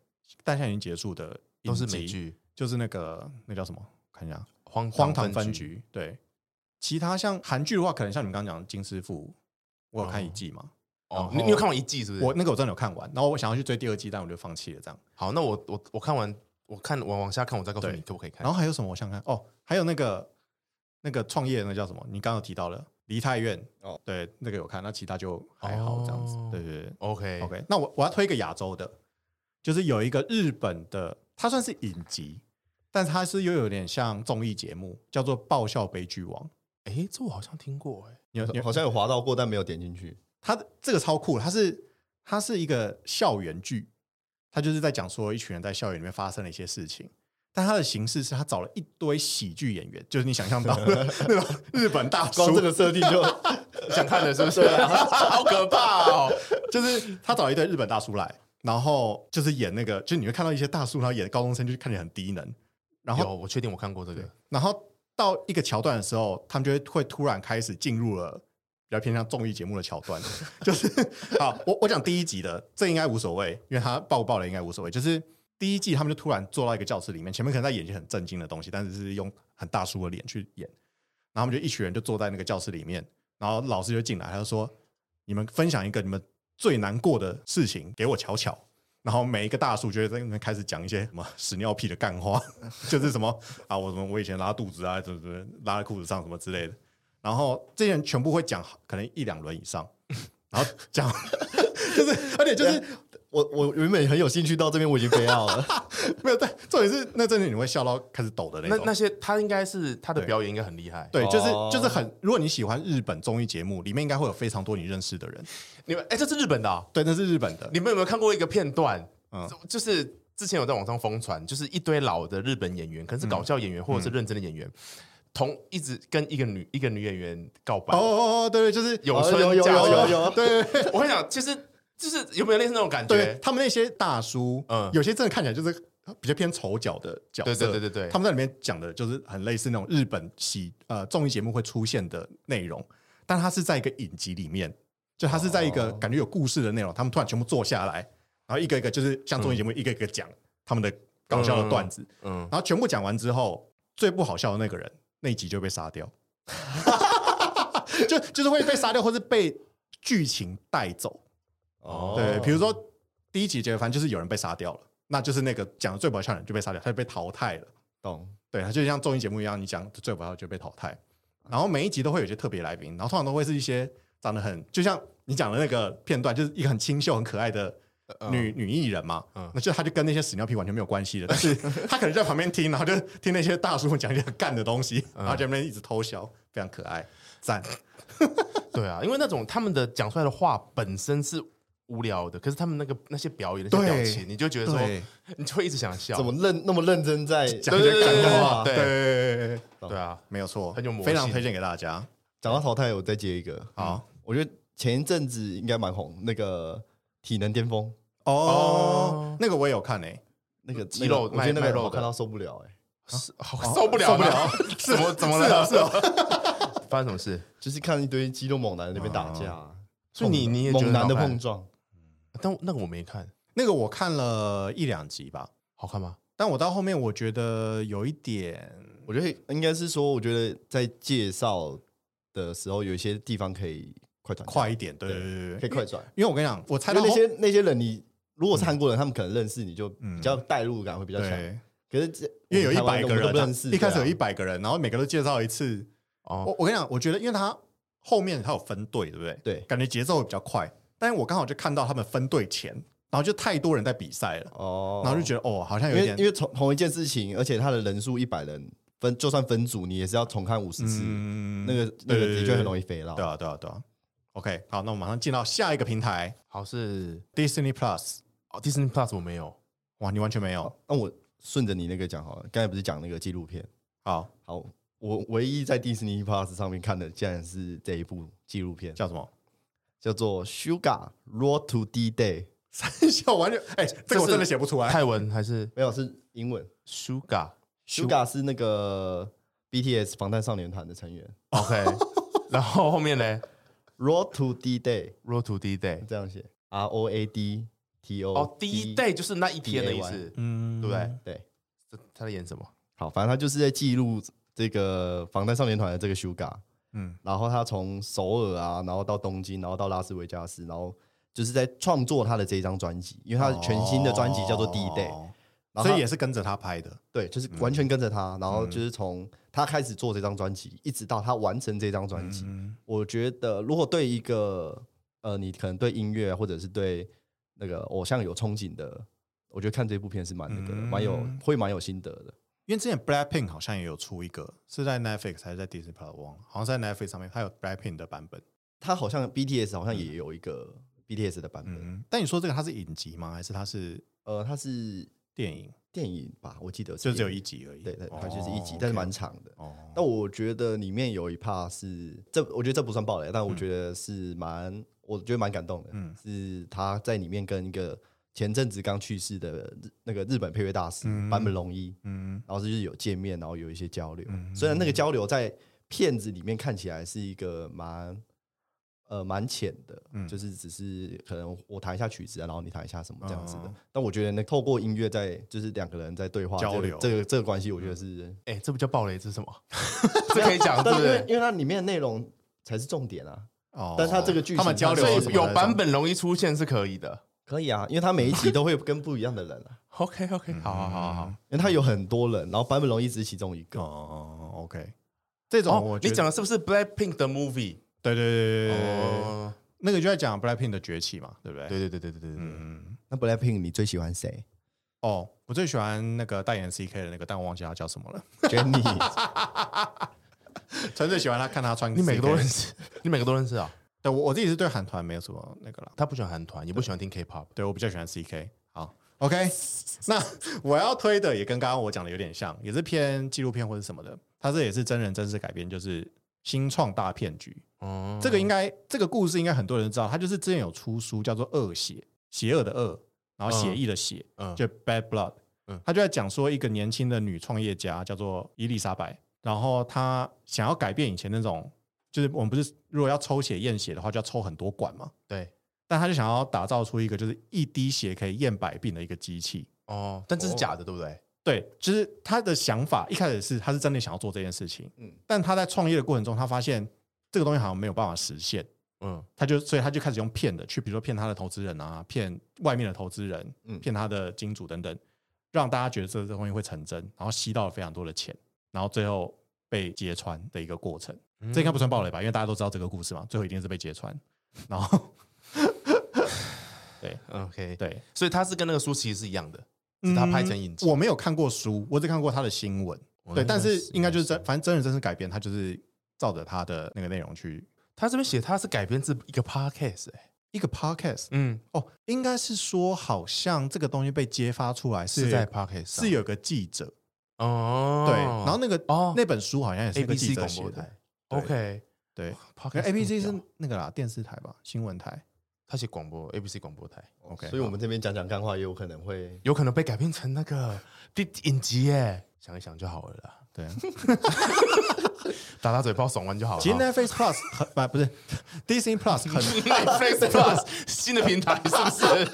S1: 但现在已经结束的
S2: 都是
S1: 影集
S2: 美，剧，
S1: 就是那个那叫什么？看一下，
S2: 荒
S1: 荒唐分
S2: 分
S1: 局。，对，其他像韩剧的话，可能像你们刚刚讲的《金师傅》，我有看一季嘛，
S2: 哦
S1: 然，后
S2: 你你有看完一季是不是？
S1: 我那个我真的有看完，然后我想要去追第二季，但我就放弃了这样。
S2: 好，那我我我看完，我看我往下看，我再告诉
S1: 对
S2: 你可不可以看。
S1: 然后还有什么？我想看哦，还有那个那个创业那叫什么？你刚刚有提到了梨泰院哦
S3: 哦，
S1: 对，那个有看，那其他就还好这样子。
S2: 哦
S1: 对对对
S2: OK
S1: ，OK。那我我要推一个亚洲的，就是有一个日本的，它算是影集，但它是又有点像综艺节目，叫做《爆笑悲剧王》。
S2: 哎，这我好像听过哎。
S1: 你有你有
S3: 好像有滑到过，但没有点进去。
S1: 它这个超酷，它是它是一个校园剧，它就是在讲说一群人在校园里面发生了一些事情。但它的形式是，它找了一堆喜剧演员，就是你想象到 的那种日本大叔，
S3: 光这个设定就
S2: 想看的是不是？啊 好可怕哦！
S1: 就是他找一堆日本大叔来，然后就是演那个，就是你会看到一些大叔，然后演高中生，就是看起来很低能。 然后，
S2: 有，我确定我看过这个。
S1: 然后到一个桥段的时候，他们就会会突然开始进入了比较偏向综艺节目的桥段。就是好，我我讲第一集的，这应该无所谓，因为他爆不爆雷应该无所谓。就是第一季他们就突然坐到一个教室里面，前面可能在演一些很震惊的东西，但是是用很大叔的脸去演。然后他们就一群人就坐在那个教室里面，然后老师就进来，他就说：“你们分享一个你们最难过的事情给我瞧瞧。”然后每一个大叔就会在那边开始讲一些什么屎尿屁的干话， 就是什么啊，我什么我以前拉肚子啊，怎么怎么拉在裤子上什么之类的。然后这些人全部会讲，可能一两轮以上， 然后讲 就是，而且就是
S3: 我我原本很有兴趣，到这边我已经飞到了。
S1: 没有，但重点是那真的你会笑到开始抖的那
S2: 那
S1: 种。
S2: 那些他应该是他的
S1: 对
S2: 表演应该很厉害。
S1: 对，就是
S3: 哦
S1: 就是很，如果你喜欢日本综艺节目，里面应该会有非常多你认识的人。
S2: 你们哎，这是日本的哦。
S1: 对，那是日本的。
S2: 你们有没有看过一个片段？
S1: 嗯
S2: 就是之前有在网上疯传，就是一堆老的日本演员，
S1: 嗯
S2: 可能是搞笑演员或者是认真的演员，同一直跟一个女一个女演员告白。
S1: 哦哦哦，对对，就是
S2: 有
S1: 哦
S2: 村
S1: 有有
S2: 架
S1: 有有
S2: 村
S1: 有，对对对
S2: 我跟你讲，其实就是有没有类似那种感
S1: 对
S2: 觉？
S1: 他们那些大叔，
S2: 嗯
S1: 有些真的看起来就是比较偏丑角的角
S2: 对
S1: 色，
S2: 对对对对，
S1: 他们在里面讲的就是很类似那种日本喜呃综艺节目会出现的内容，但它是在一个影集里面，就它是在一个
S3: 哦
S1: 感觉有故事的内容，他们突然全部坐下来，然后一个一个就是像综艺节目一个一个讲他们的搞笑的段子，
S2: 嗯，
S1: 然后全部讲完之后，最不好笑的那个人那一集就被杀掉， 就就是会被杀掉，或是被剧情带走。
S2: 哦
S1: 对，比如说第一集结尾，反正就是有人被杀掉了，那就是那个讲的最不好笑的人就被杀掉，他就被淘汰了。
S3: 懂
S1: 对，它就像综艺节目一样，你讲得最不好就被淘汰。然后每一集都会有一些特别来宾，然后通常都会是一些长得很，就像你讲的那个片段，就是一个很清秀、很可爱的女、女艺人嘛，
S2: 呃嗯
S1: 那就她就跟那些屎尿屁完全没有关系的，但是她可能就在旁边听，然后就听那些大叔们讲一些很干的东西，
S2: 嗯
S1: 然后在那边一直偷笑，非常可爱，赞。
S2: 对啊，因为那种他们的讲出来的话本身是无聊的，可是他们那个那些表演那些
S1: 对
S2: 表情，你就觉得说，，你就会一直想笑
S3: 怎。么认那么认真在
S1: 讲
S3: 讲
S1: 一些干话，
S2: 对
S1: 对
S2: 对
S1: 对对对，
S2: 对啊，
S1: 没有错，
S2: 很有魔性
S1: 非常推荐给大家。
S3: 讲到淘汰，我再接一个。嗯
S1: 好，
S3: 我觉得前一阵子应该蛮红，那个体能巅峰，
S1: 哦，那个我也有看诶，
S3: 那个
S2: 肌肉
S3: 那个我觉得
S2: 卖卖
S3: 那
S2: 肉
S3: 个
S2: 的
S3: 我看到受不了哎、
S2: 是好受不了，
S1: 受不了，
S2: 怎么怎么了？
S1: 是哦，
S2: 发生什么事？
S3: 就是看一堆肌肉猛男在那边打架、
S2: 所以你你也觉得
S3: 猛男的
S2: 好看
S3: 碰，撞，
S2: 但那个我没看，
S1: 那个我看了一两集吧，
S2: 好看吗？
S1: 但我到后面我觉得有一点，
S3: 我觉得应该是说，我觉得在介绍的时候有一些地方可以快转，
S1: 快一点，对对
S3: 对
S1: 对
S3: 可
S1: 对
S3: 以
S1: 对，
S3: 快转，
S1: 因为我跟你讲，我猜
S3: 因
S1: 到
S3: 为
S1: 后嗯
S3: 那些那些人你。如果是韩国人，他们可能认识你就比较代入感会比较强。
S1: 对，
S3: 可是这
S1: 因为有一
S3: 台湾
S1: 百
S3: 我
S1: 个
S3: 们都
S1: 人
S3: 不
S1: 啊
S3: 认识，，
S1: 一开始有
S3: 对啊
S1: 一百个人，然后每个都介绍一次。
S2: 哦
S1: 我，我跟你讲，我觉得因为他后面他有分队，对不对？
S3: 对
S1: 感觉节奏会比较快，但是我刚好就看到他们分队前，然后就太多人在比赛了，
S3: 哦，
S1: 然后就觉得哦，好像有
S3: 因
S1: 一
S3: 为
S1: 点
S3: 因为同同一件事情，而且他的人数一百人分，就算分组，你也是要重看五十次，
S1: 嗯
S3: 那个那
S1: 对对
S3: 个的
S1: 对
S3: 确
S1: 对
S3: 很容易肥到
S1: 对。啊对啊对啊。OK，好，那我们马上进到下一个平台
S2: 好是
S1: Disney Plus。
S2: 哦，Disney Plus 我没有，
S1: 哇，你完全没有。
S3: 那我顺着你那个讲好了，刚才不是讲那个纪录片？
S1: 好，
S3: 好，我唯一在 Disney Plus 上面看的，竟然是这一部纪录片，
S1: 叫什么？
S3: 叫做《Sugar Road to D Day》，
S1: 三小完全哎、这个我真的写不出来。
S2: 泰文还是
S3: 没有是英文。
S2: Sugar？OK，
S3: Sugar 是那个 BTS 防弹少年团的成员。
S2: 然后后面嘞
S3: Road to D Day
S2: ，Road to D Day，
S3: 这样写，R O A D T O
S2: 哦，D Day 就是那一天的
S3: D A
S2: 意
S3: Y
S2: 思，
S1: 嗯，
S2: 对不对？
S3: 对，
S2: 这他在演什么？
S3: 好，反正他就是在记录这个防弹少年团的这个 Sugar，
S1: 嗯，
S3: 然后他从首尔啊，然后到东京，然后到拉斯维加斯，然后就是在创作他的这一张专辑，因为他全新的专辑叫做《D Day》，
S1: 哦
S3: 然后
S1: 所
S3: 他
S1: 以也是嗯跟着他拍的。
S3: 对，就是完全跟着他，然后就是从他开始做这张专辑，一直到他完成这张专辑。
S1: 嗯，
S3: 我觉得，如果对一个呃，你可能对音乐或者是对那个偶像有憧憬的，我觉得看这部片是蛮那个的，蛮有
S1: 嗯
S3: 会蛮有心得的。
S1: 因为之前 Blackpink 好像也有出一个，是在 Netflix 还是在 Disney Plus 我忘了，好像在 Netflix 上面，它有 Blackpink 的版本。
S3: 他好像 BTS 好像也有一个 BTS 的版本，
S1: 嗯，但你说这个它是影集吗？还是它是
S3: 呃，它是
S1: 电影？
S3: 电影吧，我记得
S1: 就只有
S3: 电
S1: 一
S3: 影，
S1: 集而已。
S3: 对对，
S1: 哦
S3: 它就是一集，但是
S1: OK
S3: 蛮长的。
S1: 哦，
S3: 但我觉得里面有一 part 是这，我觉得这不算暴雷，但我觉得是蛮，我觉得蛮感动的。
S1: 嗯
S3: 是他在里面跟一个前阵子刚去世的日那个日本配乐大师坂本龙一，
S1: 嗯
S3: 然后就是有见面，然后有一些交流。
S1: 嗯
S3: 虽然那个交流在片子里面看起来是一个蛮呃蛮浅的，
S1: 嗯
S3: 就是只是可能我弹一下曲子啊，然后你弹一下什么这样子的。
S1: 嗯
S3: 但我觉得呢，透过音乐在就是两个人在对话
S1: 交
S3: 这个
S1: 流
S3: 这个这个关系，我觉得是。
S2: 哎、这不叫暴雷，这是什 么？这可以讲，对不
S3: 但是因为
S2: 啊对？
S3: 因为它里面的内容才是重点啊，
S1: 哦
S3: 但是它这个剧情
S1: 他们交流
S3: 它
S2: 所
S3: 是
S1: 什
S2: 以
S1: 么
S2: 有
S1: 的
S2: 版本容易出现是可以的。
S3: 可以啊，因为它每一集都会跟不一样的人啊，
S2: OK OK，好好好好哦好。
S3: 因为它有很多人，然后版本龙一只是其中一个，
S1: 哦，OK，这种
S2: 哦
S1: 我，觉
S2: 你
S1: 得
S2: 讲的是不是 Blackpink 的 movie？
S1: 对对对对对对对，
S2: 哦，
S1: 那个就在讲 Blackpink 的崛起嘛，对不对？
S2: 对对对对对对对对。
S1: 嗯，
S3: 那 BLACKPINK 你最喜欢谁
S1: 哦，我最喜欢那个代言 CK 的那个，但我忘记他叫什 么了。
S3: ？Jennie，
S1: 纯粹喜欢他，看他穿 CK。
S2: 你每个都认识，你每个都认识啊？
S1: 对，我我自己是对韩团没有什么那个啦。
S2: 他不喜欢韩团，也不喜欢听 K-pop。
S1: 对我比较喜欢 CK。好，OK，那 我要推的也跟刚刚我讲的有点像，也是偏纪录片或者什么的。它这也是真人真事改编，就是新创大骗局。
S2: 哦，
S1: 这个应该这个故事应该很多人知道，它就是之前有出书叫做《恶血》，邪恶的恶，然后
S2: 嗯
S1: 血意的血，
S2: 嗯
S1: 就 Bad Blood。
S2: 嗯
S1: 他就在讲说一个年轻的女创业家叫做伊丽莎白，然后她想要改变以前那种，就是我们不是如果要抽血验血的话，就要抽很多管嘛。
S2: 对
S1: 但他就想要打造出一个就是一滴血可以验百病的一个机器。
S2: 哦，但这是假的，对不对？
S1: 对，就是他的想法一开始是他是真的想要做这件事情，
S3: 嗯
S1: 但他在创业的过程中，他发现这个东西好像没有办法实现，
S2: 嗯
S1: 他就所以他就开始用骗的去，比如说骗他的投资人啊，骗外面的投资人，
S3: 嗯
S1: 骗他的金主等等，让大家觉得这个东西会成真，然后吸到了非常多的钱，然后最后被揭穿的一个过程。
S2: 嗯
S1: 这应该不算暴雷吧？因为大家都知道这个故事嘛，最后一定是被揭穿。然后
S2: OK，
S1: 对，嗯
S2: 所以他是跟那个书其实是一样的，只是他拍成影集。
S1: 我没有看过书，我只看过他的新闻。
S2: 哦
S1: 对，
S2: 那
S1: 但是应该就是真，
S2: 那
S1: 反正真人真事改编，他就是照着他的那个内容去
S2: 他这边写他是改编自一个 podcast，哎，
S1: 一个 podcast。
S2: 嗯，
S1: 哦，应该是说好像这个东西被揭发出来
S2: 是
S1: 是
S2: 在 podcast 上
S1: 是有个记者
S2: 哦，
S1: 对，然后那个
S2: 哦
S1: 那本书好像也是
S2: A
S1: 那个
S2: B
S1: 记
S2: C
S1: 者
S2: 广
S1: 写
S2: 播
S1: 的
S2: 台。OK，
S1: 对，可
S2: podcast
S1: 能 A B C
S2: 这
S1: 是
S2: 么屌
S1: 那个啦，电视台吧，新闻台。
S2: 他写广播 A B C 广播台，
S1: OK，
S3: 所以我们这边讲讲干话也有可能会
S2: 有可能被改编成那个电影集耶，想一想就好了啦，
S1: 对 啊，
S2: 打打嘴炮爽完就好了。
S1: 其实 Netflix Plus 很不不是 Disney Plus 很
S2: Netflix Plus 新的平台是不是？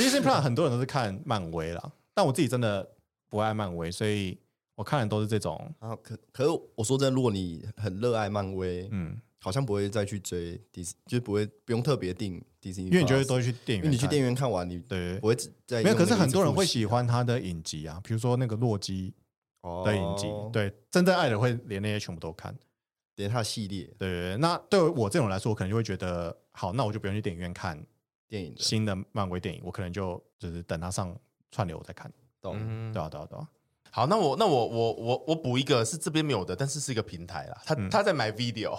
S1: Disney Plus 很多人都是看漫威啦，但我自己真的不爱漫威，所以我看的都是这种
S3: 啊。可可是我说真的，如果你很热爱漫威，
S1: 嗯，
S3: 好像不会再去追迪士，就是不会不用特别订迪士尼，
S1: 因为你就会都会去电影院
S3: 因
S1: 看，
S3: 为你去电影院看完，你
S1: 对对
S3: 不会只再
S1: 对，没有。
S3: 用
S1: 可是
S3: 那个
S1: 很多人
S3: 一直
S1: 会
S3: 复习
S1: 喜欢他的影集啊，比如说那个洛基
S3: 哦
S1: 的影集，，对，真正爱的会连那些全部都看。
S3: 连它的系列
S1: 对对对，那对我这种来说，我可能就会觉得，好，那我就不用去电影院看
S3: 电影的
S1: 新的漫威电影，我可能就就是等它上串流再看。
S3: 懂。
S2: 嗯
S1: 对啊，对啊，对啊。
S2: 好，那我那我我我我补一个是这边没有的，但是是一个平台啦，他
S1: 嗯
S2: 他在买 video，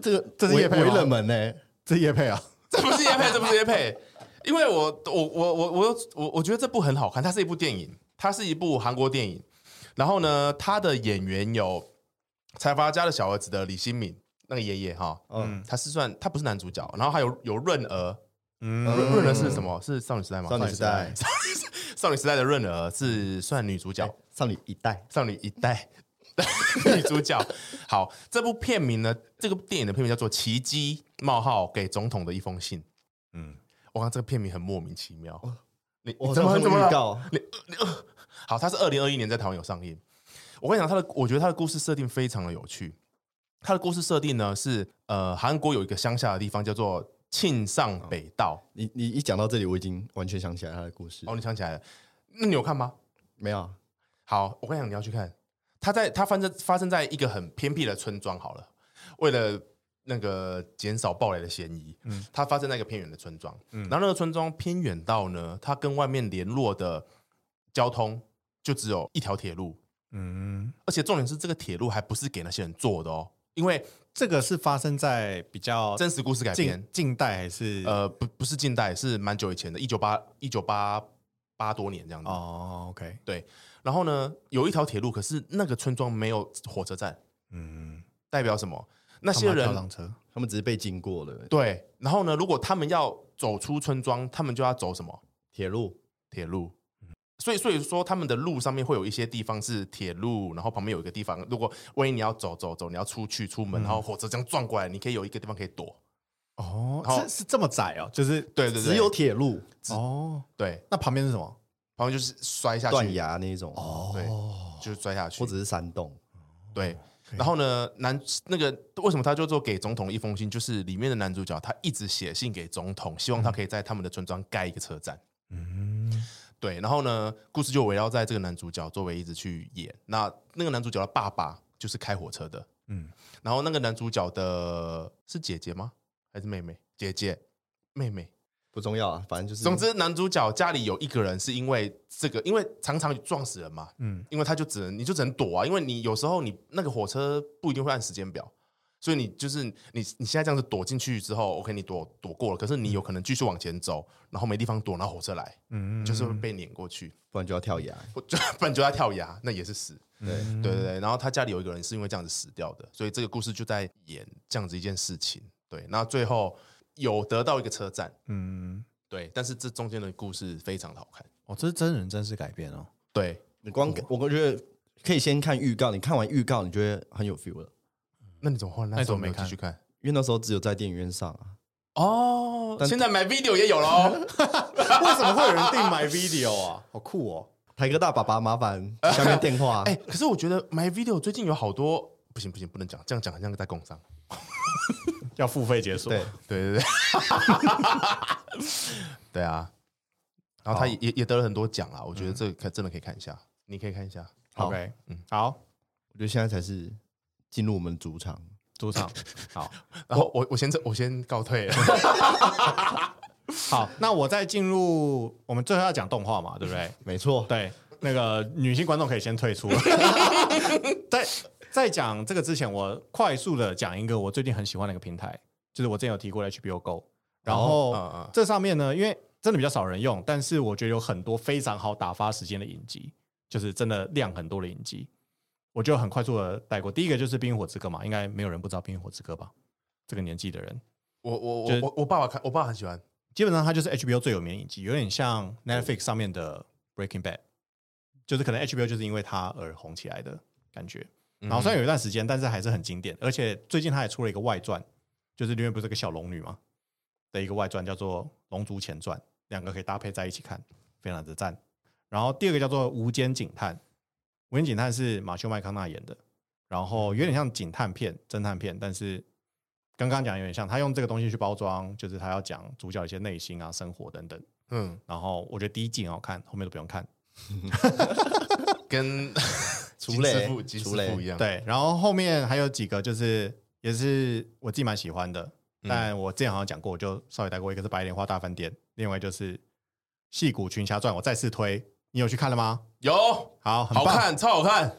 S3: 这个
S1: 这是
S3: 为
S1: 业配吗
S3: 为冷门呢，
S1: 这叶配 啊，
S2: 这不是叶配，这不是叶配，因为我我我我我有我我觉得这部很好看，它是一部电影，它是一部韩国电影，然后呢，它的演员有财阀家的小儿子的李新敏那个爷爷哈，
S3: 嗯，
S1: 嗯
S2: 他是算他不是男主角，然后还有有润儿，润
S1: 嗯，
S2: 润儿是什么？是少女时代吗？
S3: 少女时代，
S2: 少女时代的润儿是算女主角，
S3: 少女一代，
S2: 少女一代女主角。 好，这部片名呢，这个电影的片名叫做《奇迹：冒号给总统的一封信》。
S1: 嗯
S2: 嗯，我看这个片名很莫名其妙。你
S3: 我
S2: 你怎么了怎么
S3: 预
S2: 了？
S3: 告？
S2: 好，它是二零二一年在台湾有上映。我跟你讲，它的我觉得它的故事设定非常的有趣。它的故事设定呢是，呃，韩国有一个乡下的地方叫做庆尚北道。
S3: 你你一讲到这里，我已经完全想起来他的故事
S2: 哦，。你想起来了？那你有看吗？
S3: 没有啊，
S2: 好，我跟你讲，你要去看。它在它发生发生在一个很偏僻的村庄。好了，为了那个减少暴雷的嫌疑。
S1: 嗯
S2: 它发生在一个偏远的村庄，
S1: 嗯
S2: 然后那个村庄偏远到呢，它跟外面联络的交通就只有一条铁路，
S1: 嗯，
S2: 而且重点是这个铁路还不是给那些人坐的哦，因为
S1: 这个是发生在比较
S2: 真实故事改编
S1: 近，近代还是
S2: 呃，不不是近代，是蛮久以前的，一九八一九八八多年这样子。
S1: 哦，OK，
S2: 然后呢，有一条铁路，可是那个村庄没有火车站，
S1: 嗯，
S2: 代表什么？
S1: 那
S2: 那些
S1: 跳
S2: 人
S1: 上车，
S3: 他们只是被经过了
S2: 对，然后呢，如果他们要走出村庄，他们就要走什么？
S3: 铁路，
S2: 铁路。所以，所以说他们的路上面会有一些地方是铁路，然后旁边有一个地方，如果万一你要走走走，你要出去出门，然后火车这样撞过来，你可以有一个地方可以躲。
S1: 哦，
S2: 好
S1: 是是这么窄哦，就是
S2: 对对对，
S3: 只有铁路
S1: 哦，
S2: 对，
S1: 那旁边是什么？
S2: 旁边就是摔下
S3: 断
S2: 去，
S3: 崖那种哦，
S2: 对，就是摔下去
S3: 或。者是山洞，
S2: 对，然后呢，男那个为什么他就做给总统一封信，就是里面的男主角他一直写信给总统，希望他可以在他们的村庄盖一个车站。
S1: 嗯，
S2: 对，然后呢，故事就围绕在这个男主角周围一直去演。那那个男主角的爸爸就是开火车的，嗯
S1: 嗯，
S2: 然后那个男主角的是姐姐吗？还是妹妹？姐姐，妹妹。
S1: 嗯
S3: 不重要啊，反正就是。
S2: 总之，男主角家里有一个人是因为这个，因为常常撞死人嘛，嗯
S1: 嗯，
S2: 因为他就只能你就只能躲啊，因为你有时候你那个火车不一定会按时间表，所以你就是你你现在这样子躲进去之后，OK，你躲躲过了，可是你有可能继续往前走，然后没地方躲，然后火车来，
S1: 嗯
S2: 就是会被碾过去，
S3: 不然就要跳崖。
S2: 或就不 然就要跳崖，那也是死。
S3: 对，
S2: 对对对，然后他家里有一个人是因为这样子死掉的，所以这个故事就在演这样子一件事情。对，那最后有得到一个车站，
S1: 嗯，
S2: 对，但是这中间的故事非常的好看。
S1: 哦，这是真人真事改编哦，
S2: 对，
S3: 你光我觉得可以先看预告，你看完预告，你觉得很有 feel 了，
S2: 那你怎么后来嗯那时候没有
S1: 那
S2: 继
S1: 你
S2: 续
S1: 怎
S2: 看？
S3: 因为那时候只有在电影院上啊。
S2: 哦，
S3: 但
S2: 现在买 video 也有喽。
S1: 为什么会有人订 My Video 啊？好酷哦！
S3: 台哥大爸爸，麻烦下面电话。
S2: 哎、可是我觉得买 video 最近有好多，不行不行，不能讲，这样讲好像在工商。
S1: 要付费解锁，
S3: 对，
S2: 对对对，对 啊。然后他也也也得了很多奖啦，我觉得这个可真的可以看一下，你可以看一下。
S3: 好
S1: ，OK，
S2: 嗯
S1: 好，
S3: 我觉得现在才是进入我们主场。
S1: 主场，好
S2: 然后我我先我先告退了。
S1: 好，那我再进入我们最后要讲动画嘛，对不对？
S3: 没错，
S1: 对，那个女性观众可以先退出了。在在讲这个之前，我快速的讲一个我最近很喜欢的一个平台，就是我之前有提过的 HBO Go。然后、
S2: 嗯嗯
S1: 这上面呢，因为真的比较少人用，但是我觉得有很多非常好打发时间的影集，就是真的量很多的影集，我就很快速的带过。第一个就是《冰与火之歌》嘛，应该没有人不知道《冰与火之歌》吧？这个年纪的人，
S2: 我我
S1: 就
S2: 我
S1: 是
S2: 我我爸爸看，我爸很喜欢。
S1: 基本上它就是 HBO 最有名的影集，有点像 Netflix 上面的 Breaking Bad，就是可能 HBO 就是因为它而红起来的感觉。然后虽然有一段时间，但是还是很经典。而且最近它也出了一个外传，就是里面不是有个小龙女嘛的一个外传，叫做《龙族前传》，两个可以搭配在一起看，非常的赞。然后第二个叫做《无间警探》，《无间警探》是马修麦康纳演的，然后有点像警探片、侦探片，但是刚刚讲有点像，他用这个东西去包装，就是他要讲主角一些内心啊、生活等等。
S2: 嗯，
S1: 然后我觉得第一季很好看，后面都不用看。
S2: 跟
S3: 除
S2: 金
S3: 雷
S2: 师傅金师
S3: 除雷
S2: 傅一样。，
S1: 对，然后后面还有几个就是也是我自己蛮喜欢的，
S3: 嗯
S1: 但我之前好像讲过，我就稍微带过一个是《白莲花大饭店》，另外就是《戏骨群侠传》，我再次推，你有去看了吗？
S2: 有
S1: 好，很
S2: 好
S1: 棒，
S2: 看，超好看。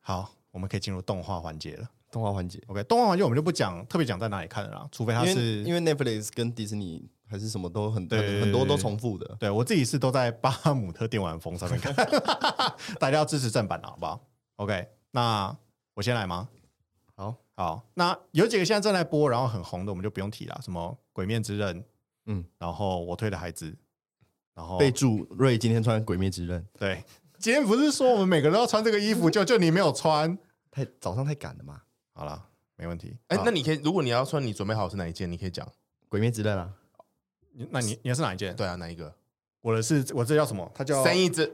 S1: 好，我们可以进入动画环节了。
S3: 动画环节，
S1: OK，动画环节我们就不讲特别讲在哪里看了啦，除非它
S3: 因为
S1: 是
S3: 因为 Netflix 跟迪士尼还是什么都很
S1: 对对对
S3: 很很多都重复的。
S1: 对我自己是都在巴哈姆特电玩风上面看， 大家要支持正版啊，好不好？OK，那我先来吗？
S3: 好，
S1: 好，那有几个现在正在播，然后很红的，我们就不用提了，什么《鬼面之刃》，
S3: 嗯
S1: 嗯，然后我推的孩子，然后
S3: 备注瑞今天穿《鬼灭之刃》，
S1: 对，今天不是说我们每个人都要穿这个衣服，就就你没有穿，
S3: 太早上太赶了嘛，
S1: 好了，没问题。
S2: 哎
S1: 好，
S2: 那你可以，如果你要说你准备好是哪一件，你可以讲。
S3: 《鬼灭之刃》啊，
S1: 你那你你的是哪一件？
S2: 对啊，哪一个？
S1: 我的是我这叫什么？它叫
S2: 三亿只，